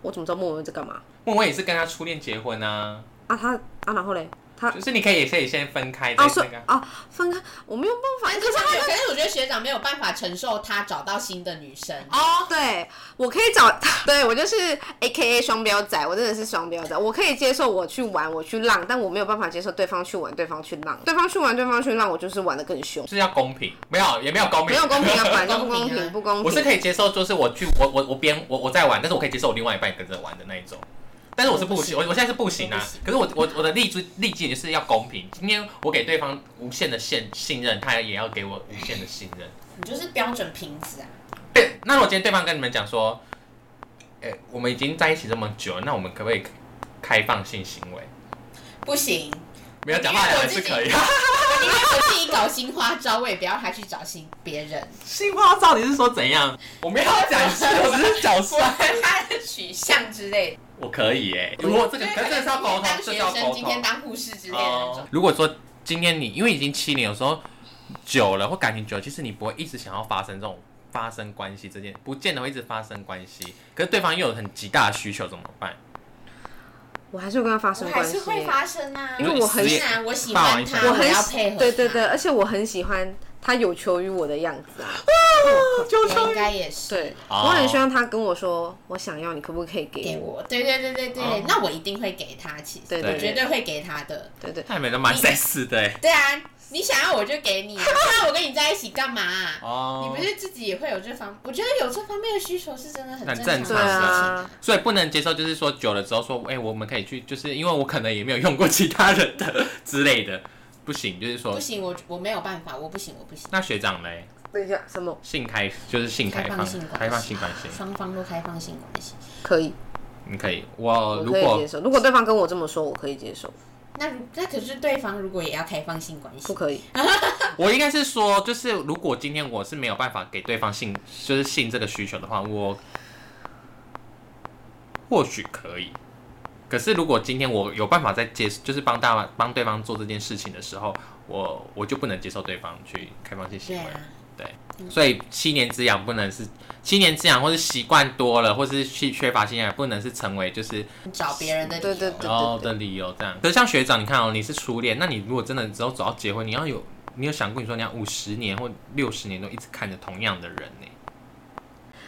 Speaker 1: 我怎么知道莫文蔚在干嘛？
Speaker 2: 莫文蔚也是跟他初恋结婚啊，
Speaker 1: 啊，他啊，然后嘞，他
Speaker 2: 就是你可以可以先分开再
Speaker 1: 啊，
Speaker 2: 那
Speaker 1: 说
Speaker 2: 个啊。
Speaker 1: 啊，分开，我没有办法。
Speaker 3: 但
Speaker 1: 可
Speaker 3: 是
Speaker 1: 是他
Speaker 3: 哎他没有，可是我觉得学长没有办法承受他找到新的女生。
Speaker 1: 哦，对，我可以找， 对我就是 A K A 双标仔，我真的是双标仔。我可以接受我去玩，我去浪，但我没有办法接受对方去玩，对方去浪，对方去玩，对方去浪，我就是玩的更凶
Speaker 2: 就，是要公平，没有也没有公平，
Speaker 1: 没有公平啊，本来就不
Speaker 3: 公
Speaker 1: 公
Speaker 3: 平啊
Speaker 1: 平，不公
Speaker 2: 我是
Speaker 1: 平。
Speaker 2: 可以接受，就是我去我我我边我我在玩，但是我可以接受我另外一半也跟着玩的那一种。但是我是
Speaker 1: 哦
Speaker 2: 不行，我我现在是不行啊
Speaker 3: 我不行。
Speaker 2: 可是我我我的立足立基点就是要公平。今天我给对方无限的信信任，他也要给我无限的信任。
Speaker 3: 你就是标准瓶子啊！
Speaker 2: 对，那如果今天对方跟你们讲说，哎、我们已经在一起这么久，那我们可不可以开放性行为？
Speaker 3: 不行，
Speaker 2: 没有讲话两个是 可以啊。
Speaker 3: 因为我自己搞新花招，我也不要他去找新别人。
Speaker 2: 杏花照你是说怎样？我没有展示，我只是角色
Speaker 3: 符。合他的取向之类的，
Speaker 2: 我可以哎、如果这个，
Speaker 3: 就是
Speaker 2: 可是这是要沟通，
Speaker 3: 当
Speaker 2: 这
Speaker 3: 学
Speaker 2: 是要
Speaker 3: 生，
Speaker 2: 沟
Speaker 3: 今天
Speaker 2: 通。
Speaker 3: 当护士之类的那种。
Speaker 2: 如果说今天你因为已经七年，有时候久了或感情久了，其实你不会一直想要发生这种发生关系这件，不见得会一直发生关系。可是对方又有很极大的需求，怎么办？
Speaker 1: 我还是有跟他发
Speaker 3: 我
Speaker 1: 生
Speaker 3: 还
Speaker 1: 关系
Speaker 3: 是
Speaker 1: 耶，
Speaker 3: 会发生啊，
Speaker 1: 因为我很
Speaker 2: 你
Speaker 3: 当
Speaker 2: 也
Speaker 3: 然我喜
Speaker 2: 霸
Speaker 3: 欢
Speaker 2: 王
Speaker 3: 他，
Speaker 2: 硬上
Speaker 1: 我很
Speaker 3: 要
Speaker 1: 喜
Speaker 3: 配合他。
Speaker 1: 对对对，而且我很喜欢他有求于我的样子啊。
Speaker 2: 哦就
Speaker 3: 我应该也是。
Speaker 1: 对，
Speaker 2: 哦
Speaker 1: 我很希望他跟我说，我想要，你可不可以给
Speaker 3: 给
Speaker 1: 我？
Speaker 3: 我，对对对对对，
Speaker 2: 哦
Speaker 3: 那我一定会给他，其实
Speaker 1: 对
Speaker 2: 对
Speaker 3: 我绝对会给他的。
Speaker 1: 对对，
Speaker 2: 那你们都蛮 sexy 的、欸、
Speaker 3: 对啊，你想要我就给你啊，不然我跟你在一起干嘛啊、你
Speaker 2: 哦
Speaker 3: 不。是自己也会有这方，我觉得有这方面的需求是真的很
Speaker 2: 很
Speaker 3: 正
Speaker 2: 正
Speaker 3: 常的事
Speaker 1: 对
Speaker 2: 常
Speaker 3: 情
Speaker 1: 啊
Speaker 3: 啊。，
Speaker 2: 所以不能接受，就是说久了之后说，哎、我们可以去，就是因为我可能也没有用过其他人的之类的，不行，就是说
Speaker 3: 不，行，我我没有办法，我不行，我不行，
Speaker 2: 那学长嘞，
Speaker 1: 等一下，什么
Speaker 2: 性开就是性开
Speaker 3: 开
Speaker 2: 放
Speaker 3: 放性，关系
Speaker 2: 开放性关系，
Speaker 3: 双方都开放性关系，
Speaker 1: 可以？
Speaker 2: 你可以，我
Speaker 1: 我
Speaker 2: 如
Speaker 1: 可以
Speaker 2: 果
Speaker 1: 接受。如果对方跟我这么说，我可以接受。
Speaker 3: 那如那可是对方如果也要开放性关
Speaker 1: 不
Speaker 3: 系，
Speaker 1: 可以。
Speaker 2: 我应该是说，就是如果今天我是没有办法给对方性，就是性这个需求的话，我或许可以。可是如果今天我有办法在接，就是帮大帮对方做这件事情的时候，我我就不能接受对方去开放性行
Speaker 3: 对
Speaker 2: 为。
Speaker 3: 啊，
Speaker 2: 所以七年之痒不能是七年之痒，或是习惯多了，或是去缺乏性爱，不能是成为就是
Speaker 3: 你找别人的理由
Speaker 1: 对对对
Speaker 2: 然后哦的理由这样。可是像学长，你看哦，你是初恋，那你如果真的之后走到结婚，你要有你有想过你说你要五十年或六十年都一直看着同样的人呢？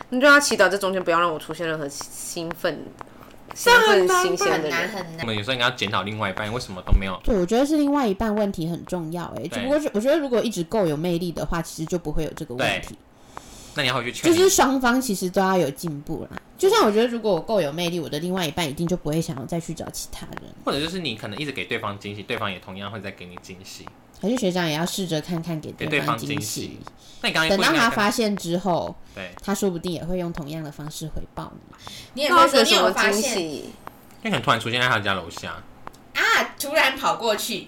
Speaker 1: 你就要祈祷这中间不要让我出现任何兴奋、兴奋、新鲜的
Speaker 3: 很难
Speaker 1: 人。
Speaker 3: 很
Speaker 2: 我
Speaker 3: 难。
Speaker 2: 们有时候应该要检讨另外一半为什么都没有。
Speaker 3: 对，我觉得是另外一半问题很重要哎、只不过是我觉得如果一直够有魅力的话，其实就不会有这个问题。
Speaker 2: 那你要回去劝
Speaker 3: 就
Speaker 2: 你，
Speaker 3: 是双方其实都要有进步啦。就像我觉得，如果我够有魅力，我的另外一半一定就不会想要再去找其他人。
Speaker 2: 或者就是你可能一直给对方惊喜，对方也同样会再给你惊喜。
Speaker 3: 还是学长也要试着看看给
Speaker 2: 给对
Speaker 3: 方
Speaker 2: 方惊
Speaker 3: 喜
Speaker 2: 喜，那你刚刚
Speaker 3: 等
Speaker 2: 不
Speaker 3: 到
Speaker 2: 应该
Speaker 3: 他
Speaker 2: 看
Speaker 3: 发现之后，
Speaker 2: 对，
Speaker 3: 他说不定也会用同样的方式回报你。你也
Speaker 1: 那要给
Speaker 3: 会说，你
Speaker 1: 什么
Speaker 3: 有发
Speaker 1: 惊
Speaker 3: 现
Speaker 1: 喜？
Speaker 2: 因为可能突然出现在他家楼下，
Speaker 3: 啊？突然跑过去，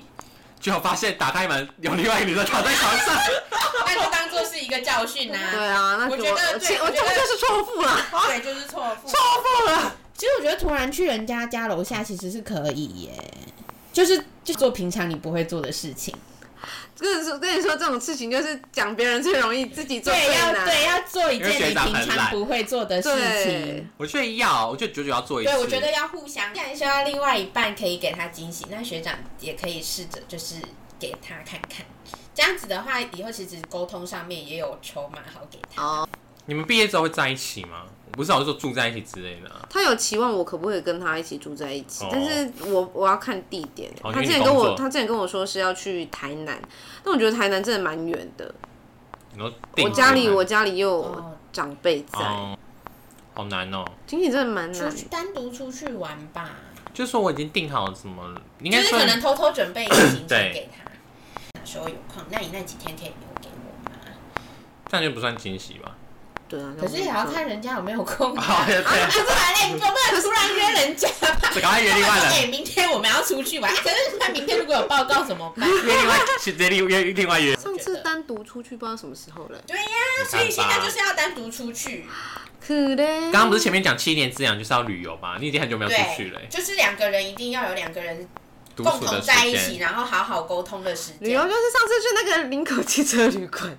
Speaker 2: 结果发现打开门有另外一个女的躺在床 上，
Speaker 3: 那就当做是一个教训
Speaker 1: 对
Speaker 3: 啊。
Speaker 1: 啊，那
Speaker 3: 我
Speaker 1: 给
Speaker 3: 觉
Speaker 1: 我
Speaker 3: 得
Speaker 1: 我
Speaker 3: 对
Speaker 1: 这
Speaker 3: 我
Speaker 1: 我
Speaker 3: 觉
Speaker 1: 这
Speaker 3: 得
Speaker 1: 不就是错付了？
Speaker 3: 对，就是错付。其实我觉得突然去人家家楼下其实是可以耶，就是就做平常你不会做的事情。
Speaker 1: 跟你说，跟你说这种事情就是讲别人最容易，自己做
Speaker 3: 对，
Speaker 1: 最
Speaker 3: 要
Speaker 1: 难。
Speaker 3: 对要做一件
Speaker 2: 因为
Speaker 3: 你
Speaker 2: 学长
Speaker 3: 平
Speaker 2: 很
Speaker 3: 常
Speaker 2: 懒
Speaker 3: 不会做的事情
Speaker 1: 对。
Speaker 2: 我觉得要，我觉得久久要做一次。
Speaker 3: 对，我觉得要互相。既然说到另外一半可以给他惊喜，那学长也可以试着就是给他看看。这样子的话，以后其实沟通上面也有筹码好给他。
Speaker 1: 哦，
Speaker 2: 你们毕业之后会在一起吗？不是啊，我是说住在一起之类的啊、
Speaker 1: 他有期望我可不可以跟他一起住在一起，
Speaker 2: 哦
Speaker 1: 但是我我要看地点。
Speaker 2: 哦
Speaker 1: 他
Speaker 2: 因为
Speaker 1: 之
Speaker 2: 你
Speaker 1: 前跟
Speaker 2: 工
Speaker 1: 我，
Speaker 2: 作
Speaker 1: 他之前跟我说是要去台南，但我觉得台南真的蛮远的。
Speaker 2: 哎你都定
Speaker 1: 我家里
Speaker 2: 住吗
Speaker 1: 我家里又
Speaker 3: 哦
Speaker 1: 有长辈在，
Speaker 2: 哦，好难哦。
Speaker 1: 经济真的蛮
Speaker 3: 出
Speaker 1: 难
Speaker 3: 去。单独出去玩吧，
Speaker 2: 就是说我已经定好什么了，应
Speaker 3: 就
Speaker 2: 该
Speaker 3: 是
Speaker 2: 说
Speaker 3: 可能偷偷准备一 个行程
Speaker 2: 对
Speaker 3: 给他。哪时候有空？那你那几天可以留给我吗？
Speaker 2: 这样就不算惊喜吧。
Speaker 1: 对啊，那
Speaker 3: 可是
Speaker 1: 我
Speaker 3: 也要看人家有没有空
Speaker 2: 好，
Speaker 3: 啊。
Speaker 2: 哦对，
Speaker 3: 啊不然哎，你总不能突然约人家吧？
Speaker 2: 这赶快约另外
Speaker 3: 哎、
Speaker 2: 人，
Speaker 3: 明天我们要出去玩，可是他明天如果有报告怎么办？
Speaker 2: 约另外，去约另约另外约。
Speaker 1: 上次单独出去不知道什么时候了，
Speaker 3: 对呀、所以现在就是要单独出去。
Speaker 1: 可怜。
Speaker 2: 刚刚不是前面讲七年之痒就是要旅游吗？你已经很久没有出去了、
Speaker 3: 对，
Speaker 2: 欸，
Speaker 3: 就是两个人一定要有两个人
Speaker 2: 独
Speaker 3: 共
Speaker 2: 处的
Speaker 3: 同
Speaker 2: 时
Speaker 3: 在一
Speaker 2: 间。
Speaker 3: 起，然后好好沟通的时
Speaker 1: 旅
Speaker 3: 间
Speaker 1: 游。就是上次去那个林口汽车旅 馆，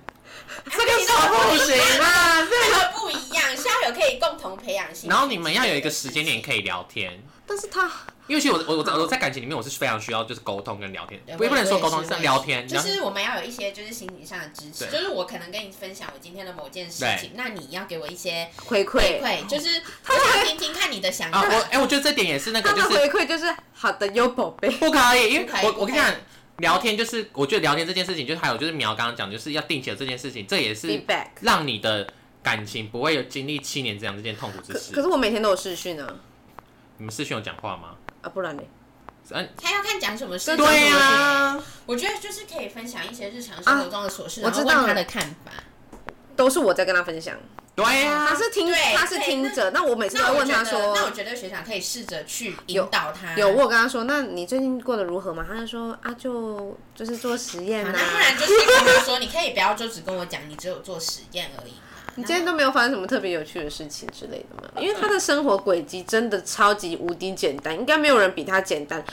Speaker 3: 这个
Speaker 1: 这不行啊！这
Speaker 3: 这个不一样，是要有可以共同培养性。
Speaker 2: 然后你们要有一个时间点可以聊天，
Speaker 1: 但是他
Speaker 2: 因为其实我我我在我在感情里面我是非常需要就是沟通跟聊天
Speaker 3: 对，
Speaker 2: 不也不能说沟通
Speaker 3: 我也是
Speaker 2: 是聊天，
Speaker 3: 就
Speaker 2: 然后
Speaker 3: 是我们要有一些就是心理上的支持，
Speaker 2: 对
Speaker 3: 就是我可能跟你分享我今天的某件事情，那你要给我一些
Speaker 1: 回
Speaker 3: 回
Speaker 1: 馈，
Speaker 3: 馈，就是
Speaker 1: 他
Speaker 3: 我想听听看你的想
Speaker 2: 啊
Speaker 3: 法。
Speaker 2: 我哎、我觉得这点也是那个
Speaker 1: 他
Speaker 2: 就
Speaker 1: 的
Speaker 2: 是
Speaker 1: 回馈就是好的哟，宝贝。
Speaker 2: 不可以，因为
Speaker 3: 不可以
Speaker 2: 我
Speaker 3: 不可以
Speaker 2: 我跟你讲，聊天就是我觉得聊天这件事情，就是还有就是苗刚刚讲，就是要定期的这件事情，这也是
Speaker 1: Feedback
Speaker 2: 让你的感情不会有经历七年这样这件痛苦之
Speaker 1: 可可
Speaker 2: 事。
Speaker 1: 是我每天都有视讯啊，
Speaker 2: 你们视讯有讲话吗？
Speaker 1: 啊不然呢？
Speaker 2: 啊，
Speaker 3: 他要看讲什么事情。
Speaker 2: 对
Speaker 3: 呀，
Speaker 2: 啊，
Speaker 3: 我觉得就是可以分享一些日常生活中的琐事，
Speaker 1: 啊我
Speaker 3: 然后
Speaker 1: 知
Speaker 3: 问
Speaker 1: 道了
Speaker 3: 他的看法。
Speaker 1: 都是我在跟他分享，
Speaker 2: 对啊呀
Speaker 1: 他，是听
Speaker 3: 啊对哎
Speaker 1: 他是听者，那我每次
Speaker 3: 那
Speaker 1: 都
Speaker 3: 我
Speaker 1: 问
Speaker 3: 觉
Speaker 1: 他
Speaker 3: 得，那我
Speaker 1: 说。
Speaker 3: 觉得学长可以试着去
Speaker 1: 有
Speaker 3: 引导他。
Speaker 1: 有，我有跟他说，那你最近过得如何嘛？他就说啊，就就是做实验啊
Speaker 3: 好
Speaker 1: 呐、
Speaker 3: 啊那不然就是跟他说，你可以不要就只跟我讲，你只有做实验而已嘛。
Speaker 1: 你今天都没有发生什么特别有趣的事情之类的吗？因为他的生活轨迹真的超级无敌简单，应该没有人比他简单。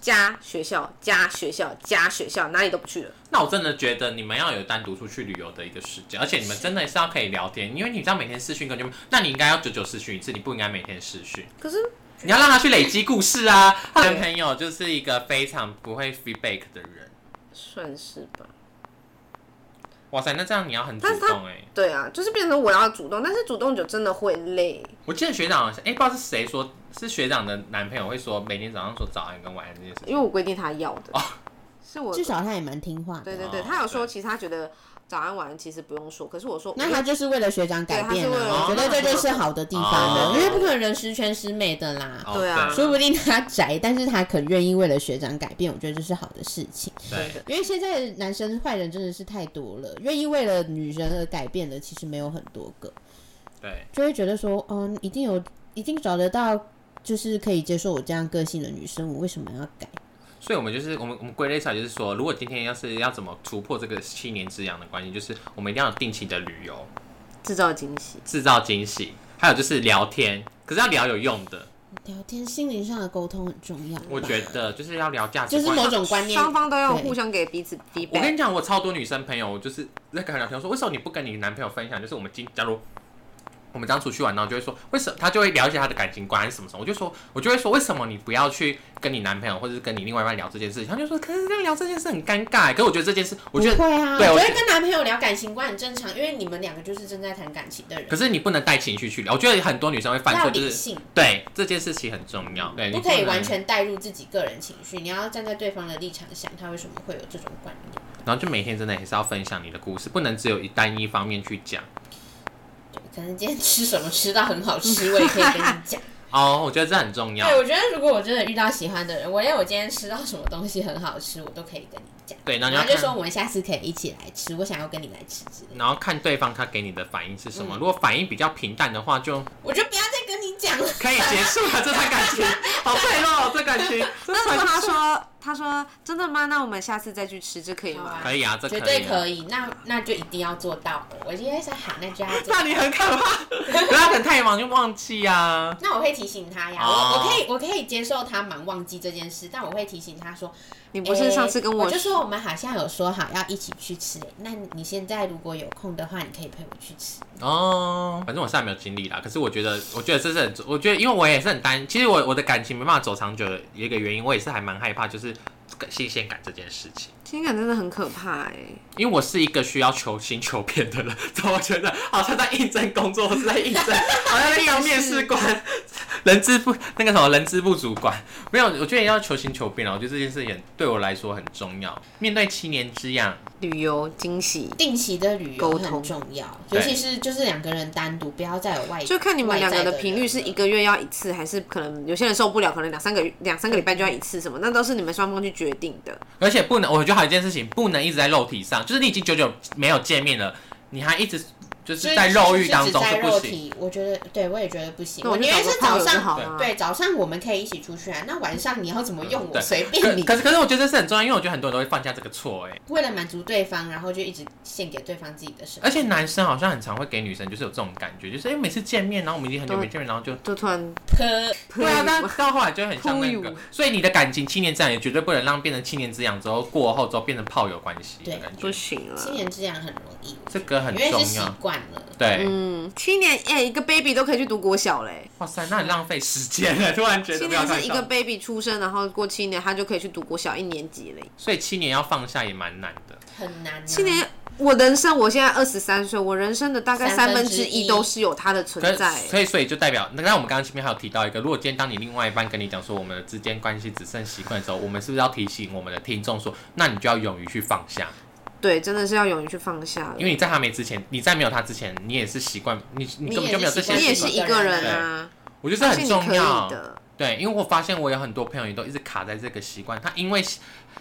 Speaker 1: 加学校，加学校，加学校，哪里都不去了。
Speaker 2: 那我真的觉得你们要有单独出去旅游的一个时间，而且你们真的是要可以聊天，因为你知道每天视讯根本就，那你应该要久久视讯一次，你不应该每天视讯。
Speaker 1: 可是
Speaker 2: 你要让他去累积故事啊！她男朋友就是一个非常不会 feedback 的人。
Speaker 1: 算是吧，
Speaker 2: 哇塞，那这样你要很主
Speaker 1: 但是他
Speaker 2: 动哎、
Speaker 1: 对啊，就是变成我要主动，但是主动久真的会累。
Speaker 2: 我记得学长好像，哎、不知道是谁说，是学长的男朋友会说每天早上说早安跟晚安这件事
Speaker 1: 因
Speaker 2: 情。
Speaker 1: 为我规定他要的，是 我
Speaker 4: 至少他也蛮听话的。
Speaker 1: 对对对，
Speaker 2: 哦
Speaker 1: 他有说
Speaker 2: 对
Speaker 1: 其实他觉得早安晚安其实不用说，可是我说
Speaker 4: 那他就是为了学长改变
Speaker 1: 对他是为了
Speaker 4: 啊，我觉得这就是好的地方
Speaker 2: 哦
Speaker 4: 了，因为不可能人十全十美的啦。
Speaker 2: 哦
Speaker 1: 对啊
Speaker 4: 说不定他宅，但是他肯愿意为了学长改变，我觉得这是好的事情。
Speaker 2: 对
Speaker 1: 对
Speaker 4: 因为现在男生坏人真的是太多了，愿意为了女人而改变的其实没有很多个，
Speaker 2: 对，
Speaker 4: 就会觉得说，嗯，一定有，一定找得到，就是可以接受我这样个性的女生，我为什么要改？
Speaker 2: 所以我们就是我们我们归类出来就是说，如果今天要是要怎么突破这个七年之痒的关系，就是我们一定要有定期的旅游，
Speaker 1: 制造惊喜。
Speaker 2: 制造惊喜，还有就是聊天，可是要聊有用的，
Speaker 4: 聊天心灵上的沟通很重要吧。
Speaker 2: 我觉得就是要聊价值
Speaker 4: 就是
Speaker 2: 观。
Speaker 4: 某种观念
Speaker 1: 双方都要
Speaker 4: 对
Speaker 1: 互相给彼此
Speaker 2: 我跟
Speaker 1: feedback。
Speaker 2: 你讲，我超多女生朋友，我就是在跟她聊天，我说为什么你不跟你男朋友分享？就是我们今假如我们刚出去玩，然后就会说为什么，她就会聊一下她的感情观还是什么什么，我就说我就会说为什么你不要去跟你男朋友或者是跟你另外一半聊这件事情？她就说可是这样聊这件事很尴尬，欸可是我觉得这件事，我觉得
Speaker 4: 不会啊，
Speaker 2: 对
Speaker 3: 我
Speaker 2: 我
Speaker 3: 觉
Speaker 2: 觉
Speaker 3: 得跟男朋友聊感情观很正常，因为你们两个就是正在谈感情的人，
Speaker 2: 可是你不能带情绪去聊，我觉得很多女生会犯
Speaker 3: 要
Speaker 2: 错，就
Speaker 3: 理
Speaker 2: 是
Speaker 3: 性，
Speaker 2: 对这件事情很重要，对，你
Speaker 3: 不可以
Speaker 2: 能
Speaker 3: 完。全带入自己个人情绪，你要站在对方的立场想，他为什么会有这种观念。
Speaker 2: 然后就每天真的也是要分享你的故事，不能只有一单一方面去讲。
Speaker 3: 可能今天吃什么吃到很好吃，我也可以跟你 讲。
Speaker 2: 哦，我觉得这很重要
Speaker 3: 对，。我觉得如果我真的遇到喜欢的人，我连我今天吃到什么东西很好吃，我都可以跟你讲。
Speaker 2: 对，然后你要
Speaker 3: 然后就
Speaker 2: 看
Speaker 3: 说我们下次可以一起来吃，我想要跟你来吃之类的。
Speaker 2: 然后看对方他给你的反应是什
Speaker 1: 嗯
Speaker 2: 么。如果反应比较平淡的话，就
Speaker 3: 我就不要再跟你讲了。
Speaker 2: 可以结束了这段感 情。好脆弱哦，这感情。这
Speaker 1: 那如
Speaker 2: 才
Speaker 1: 果
Speaker 2: 是
Speaker 1: 他说他说真的吗？那我们下次再去吃，这可以
Speaker 3: 好
Speaker 1: 吗
Speaker 3: 啊？
Speaker 2: 可以啊，这
Speaker 3: 绝
Speaker 2: 可
Speaker 3: 对
Speaker 2: 以、啊。
Speaker 3: 可以，那那就一定要做到了。我今天想好，那就要做
Speaker 2: 那。你很可怕，不要等太忙就忘记啊。
Speaker 3: 那我会提醒他呀，
Speaker 2: 哦
Speaker 3: 我我可以我可以接受他忙忘记这件事，但我会提醒他说，
Speaker 1: 你不是上次跟
Speaker 3: 哎我,、
Speaker 1: 我
Speaker 3: 就说我们好像有说好要一起去吃，那你现在如果有空的话，你可以陪我去吃。
Speaker 2: 哦，反正我现在没有经历啦。可是我觉得，我觉得这是很，我觉得因为我也是很担，其实我我的感情没办法走长久的一个原因，我也是还蛮害怕，就是这个新鲜感这件事情。
Speaker 1: 情感真的很可怕哎、
Speaker 2: 因为我是一个需要求新求变的人， 所以我觉得好像在应征工作，或是在应 征，好像在当面试官、人资部那个什么人资部主管。没有，我觉得要求新求变啊，我觉得这件事情对我来说很重要。面对七年之痒，
Speaker 1: 旅游惊喜，
Speaker 3: 定期的旅游
Speaker 1: 沟通
Speaker 3: 很重要，尤
Speaker 2: 对
Speaker 3: 其是就是两个人单独，不要再有外
Speaker 1: 就看你们两个的频率是一
Speaker 3: 个。
Speaker 1: 个月要一次，还是可能有些人受不了，可能两三个月两三个礼拜就要一次什么，那都是你们双方去决定的。
Speaker 2: 而且不能，我觉得还有一件事情，不能一直在肉体上，就是你已经久久没有见面了，你还一直就
Speaker 3: 就是
Speaker 2: 在肉欲
Speaker 3: 是
Speaker 2: 当
Speaker 3: 只
Speaker 2: 中
Speaker 3: 在
Speaker 2: 是不
Speaker 3: 肉
Speaker 2: 行。
Speaker 3: 体，我觉得，对我也觉得不行。
Speaker 1: 那我
Speaker 3: 我
Speaker 1: 就
Speaker 3: 宁
Speaker 1: 找
Speaker 3: 愿
Speaker 1: 个
Speaker 3: 是
Speaker 1: 炮
Speaker 3: 早
Speaker 1: 友就
Speaker 3: 上，
Speaker 1: 好啦。
Speaker 3: 对早上我们可以一起出去啊。那晚上你要怎么用
Speaker 2: 嗯
Speaker 3: 我
Speaker 2: 对
Speaker 3: 随
Speaker 2: 可
Speaker 3: 便你。
Speaker 2: 可是可是我觉得这是很重要，因为我觉得很多人都会犯下这个错哎、
Speaker 3: 为了满足对方，然后就一直献给对方自己的生
Speaker 2: 而且男生好像很常会给女生就是有这种感觉，就是哎、诶每次见面，然后我们已经很久没见 面，然后就
Speaker 1: 就突然
Speaker 3: 可
Speaker 2: 对啊，但到后来就很像那
Speaker 1: 扑
Speaker 2: 个
Speaker 1: 油，
Speaker 2: 所以你的感情七年之痒也绝对不能让变成七年之痒之后过后之后变成炮友关系的
Speaker 3: 对
Speaker 2: 感
Speaker 1: 不
Speaker 2: 觉，
Speaker 1: 行
Speaker 3: 七
Speaker 1: 了。
Speaker 3: 年之痒很容易，
Speaker 2: 这个很
Speaker 3: 因为
Speaker 2: 重
Speaker 3: 是习
Speaker 2: 要。
Speaker 3: 惯了。
Speaker 2: 对，
Speaker 1: 嗯，七年哎、一个 baby 都可以去读国小嘞、
Speaker 2: 哇塞，那很浪费时间了，突然觉
Speaker 1: 七
Speaker 2: 得不要
Speaker 1: 年
Speaker 2: 太
Speaker 1: 是一个
Speaker 2: 少，
Speaker 1: baby 出生，然后过七年他就可以去读国小一年级嘞。
Speaker 2: 所以七年要放下也蛮难的。
Speaker 3: 很难、啊。
Speaker 1: 七年，我人生我现在二十三岁，我人生的大概
Speaker 3: 三
Speaker 1: 三
Speaker 3: 分
Speaker 1: 分
Speaker 3: 之
Speaker 1: 之
Speaker 3: 一
Speaker 1: 一都是有他的存
Speaker 2: 可是
Speaker 1: 在欸。
Speaker 2: 所以所以就代表，那那我们刚刚前面还有提到一个，如果今天当你另外一半跟你讲说我们之间关系只剩习惯的时候，我们是不是要提醒我们的听众说，那你就要勇于去放下，
Speaker 1: 对，真的是要勇于去放下了
Speaker 2: 因为你在他没之前，你在没有他之前，你也是习惯，你你根本就没有这些
Speaker 1: 你
Speaker 3: 你
Speaker 1: 也
Speaker 3: 也
Speaker 2: 习
Speaker 1: 是
Speaker 2: 惯，
Speaker 1: 一个人啊，
Speaker 2: 我觉得这
Speaker 1: 相
Speaker 2: 很
Speaker 1: 信你
Speaker 2: 重
Speaker 1: 可
Speaker 2: 要
Speaker 1: 以。的。
Speaker 2: 对，因为我发现我有很多朋友也都一直卡在这个习惯，他因为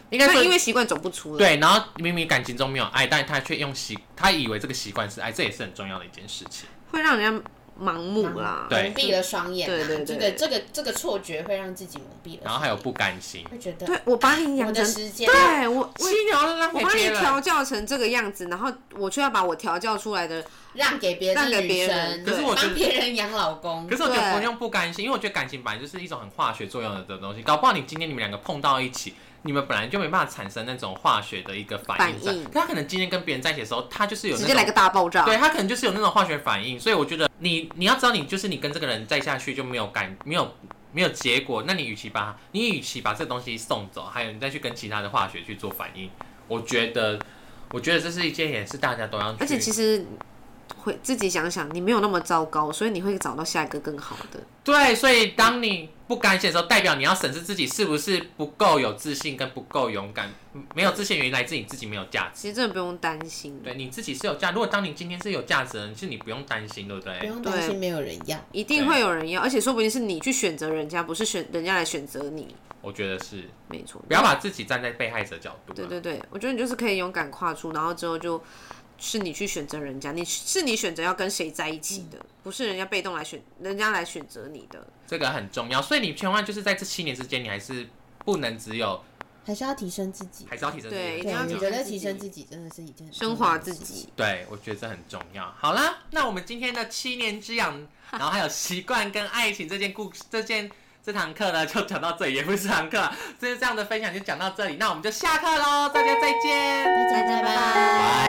Speaker 2: 应该
Speaker 1: 他
Speaker 2: 说
Speaker 1: 因为习惯走不出来。，
Speaker 2: 对，然后明明感情中没有爱，但是他却用习，他以为这个习惯是爱，这也是很重要的一件事情。
Speaker 1: 会让人家盲目啦。
Speaker 2: 对
Speaker 3: 蒙蔽了双眼、啊，
Speaker 1: 对对对
Speaker 3: 这个这个这个错觉会让自己蒙蔽了双眼，
Speaker 2: 然后还有不甘心，
Speaker 3: 会觉得
Speaker 1: 对，我把你
Speaker 3: 我
Speaker 1: 养
Speaker 3: 的
Speaker 1: 成，
Speaker 3: 时间
Speaker 1: 对我我
Speaker 2: 七年都浪
Speaker 1: 我
Speaker 2: 费
Speaker 1: 把你
Speaker 2: 别人。
Speaker 1: 调教成这个样子，然后我却要把我调教出来的，
Speaker 3: 让给别人
Speaker 1: 让
Speaker 3: 的
Speaker 1: 给
Speaker 3: 女
Speaker 1: 别人
Speaker 3: 生，
Speaker 1: 可是
Speaker 2: 我觉得
Speaker 3: 帮别人养老公
Speaker 2: 可。是我觉得
Speaker 1: 对
Speaker 2: 不用不甘心，因为我觉得感情本来就是一种很化学作用的东西，搞不好你今天你们两个碰到一起，你们本来就没办法产生那种化学的一个反应在。
Speaker 1: 反应
Speaker 2: 可他可能今天跟别人在一起的时候，他就是有
Speaker 1: 直
Speaker 2: 那
Speaker 1: 接来
Speaker 2: 种
Speaker 1: 个大爆炸。
Speaker 2: 对他可能就是有那种化学反应，所以我觉得你你要知道，你就是你跟这个人再下去就没有感没有没有结果，那你与其把你与其把这东西送走，还有你再去跟其他的化学去做反应，我觉得我觉得这是一件也是大家都要去，
Speaker 1: 而且其实会自己想想，你没有那么糟糕，所以你会找到下一个更好的。
Speaker 2: 对，所以当你不甘心的时候，代表你要审视自己是不是不够有自信跟不够勇敢，没有自信原因来自你自己没有价值。
Speaker 1: 其实真的不用担心，
Speaker 2: 对，你自己是有价。如果当你今天是有价值的人，是你不用担心，对不
Speaker 3: 不
Speaker 2: 对？
Speaker 3: 用担心没有人要，
Speaker 1: 一定会有人要，而且说不定是你去选择人家，不是选人家来选择你。
Speaker 2: 我觉得是，
Speaker 1: 没错，
Speaker 2: 不要把自己站在被害者角度。啊
Speaker 1: 对对对，我觉得你就是可以勇敢跨出，然后之后就是你去选择人家，你是你选择要跟谁在一起
Speaker 3: 嗯
Speaker 1: 的，不是人家被动来选，人家来选择你的。
Speaker 2: 这个很重要，所以你千万就是在这七年之间，你还是不能只有
Speaker 3: 还是要提升自己。
Speaker 2: 还是要提升自
Speaker 1: 对
Speaker 2: 己
Speaker 1: 一
Speaker 2: 的
Speaker 1: 定
Speaker 2: 成
Speaker 1: 要
Speaker 2: 长
Speaker 3: 对，
Speaker 1: 提
Speaker 3: 你
Speaker 1: 升
Speaker 3: 觉得
Speaker 1: 自
Speaker 3: 提
Speaker 1: 己
Speaker 3: 升自己真的是一件很
Speaker 1: 升
Speaker 3: 重
Speaker 1: 华
Speaker 3: 要的
Speaker 1: 自
Speaker 3: 事
Speaker 1: 己
Speaker 3: 情。。
Speaker 2: 对，我觉得这很重要。好啦，那我们今天的七年之痒，然后还有习惯跟爱情这件故事，这件这堂课呢，就讲到这里，也不是堂课啊，就是这样的分享就讲到这里，那我们就下课喽，大家再见。
Speaker 3: 大家拜拜。
Speaker 2: 拜。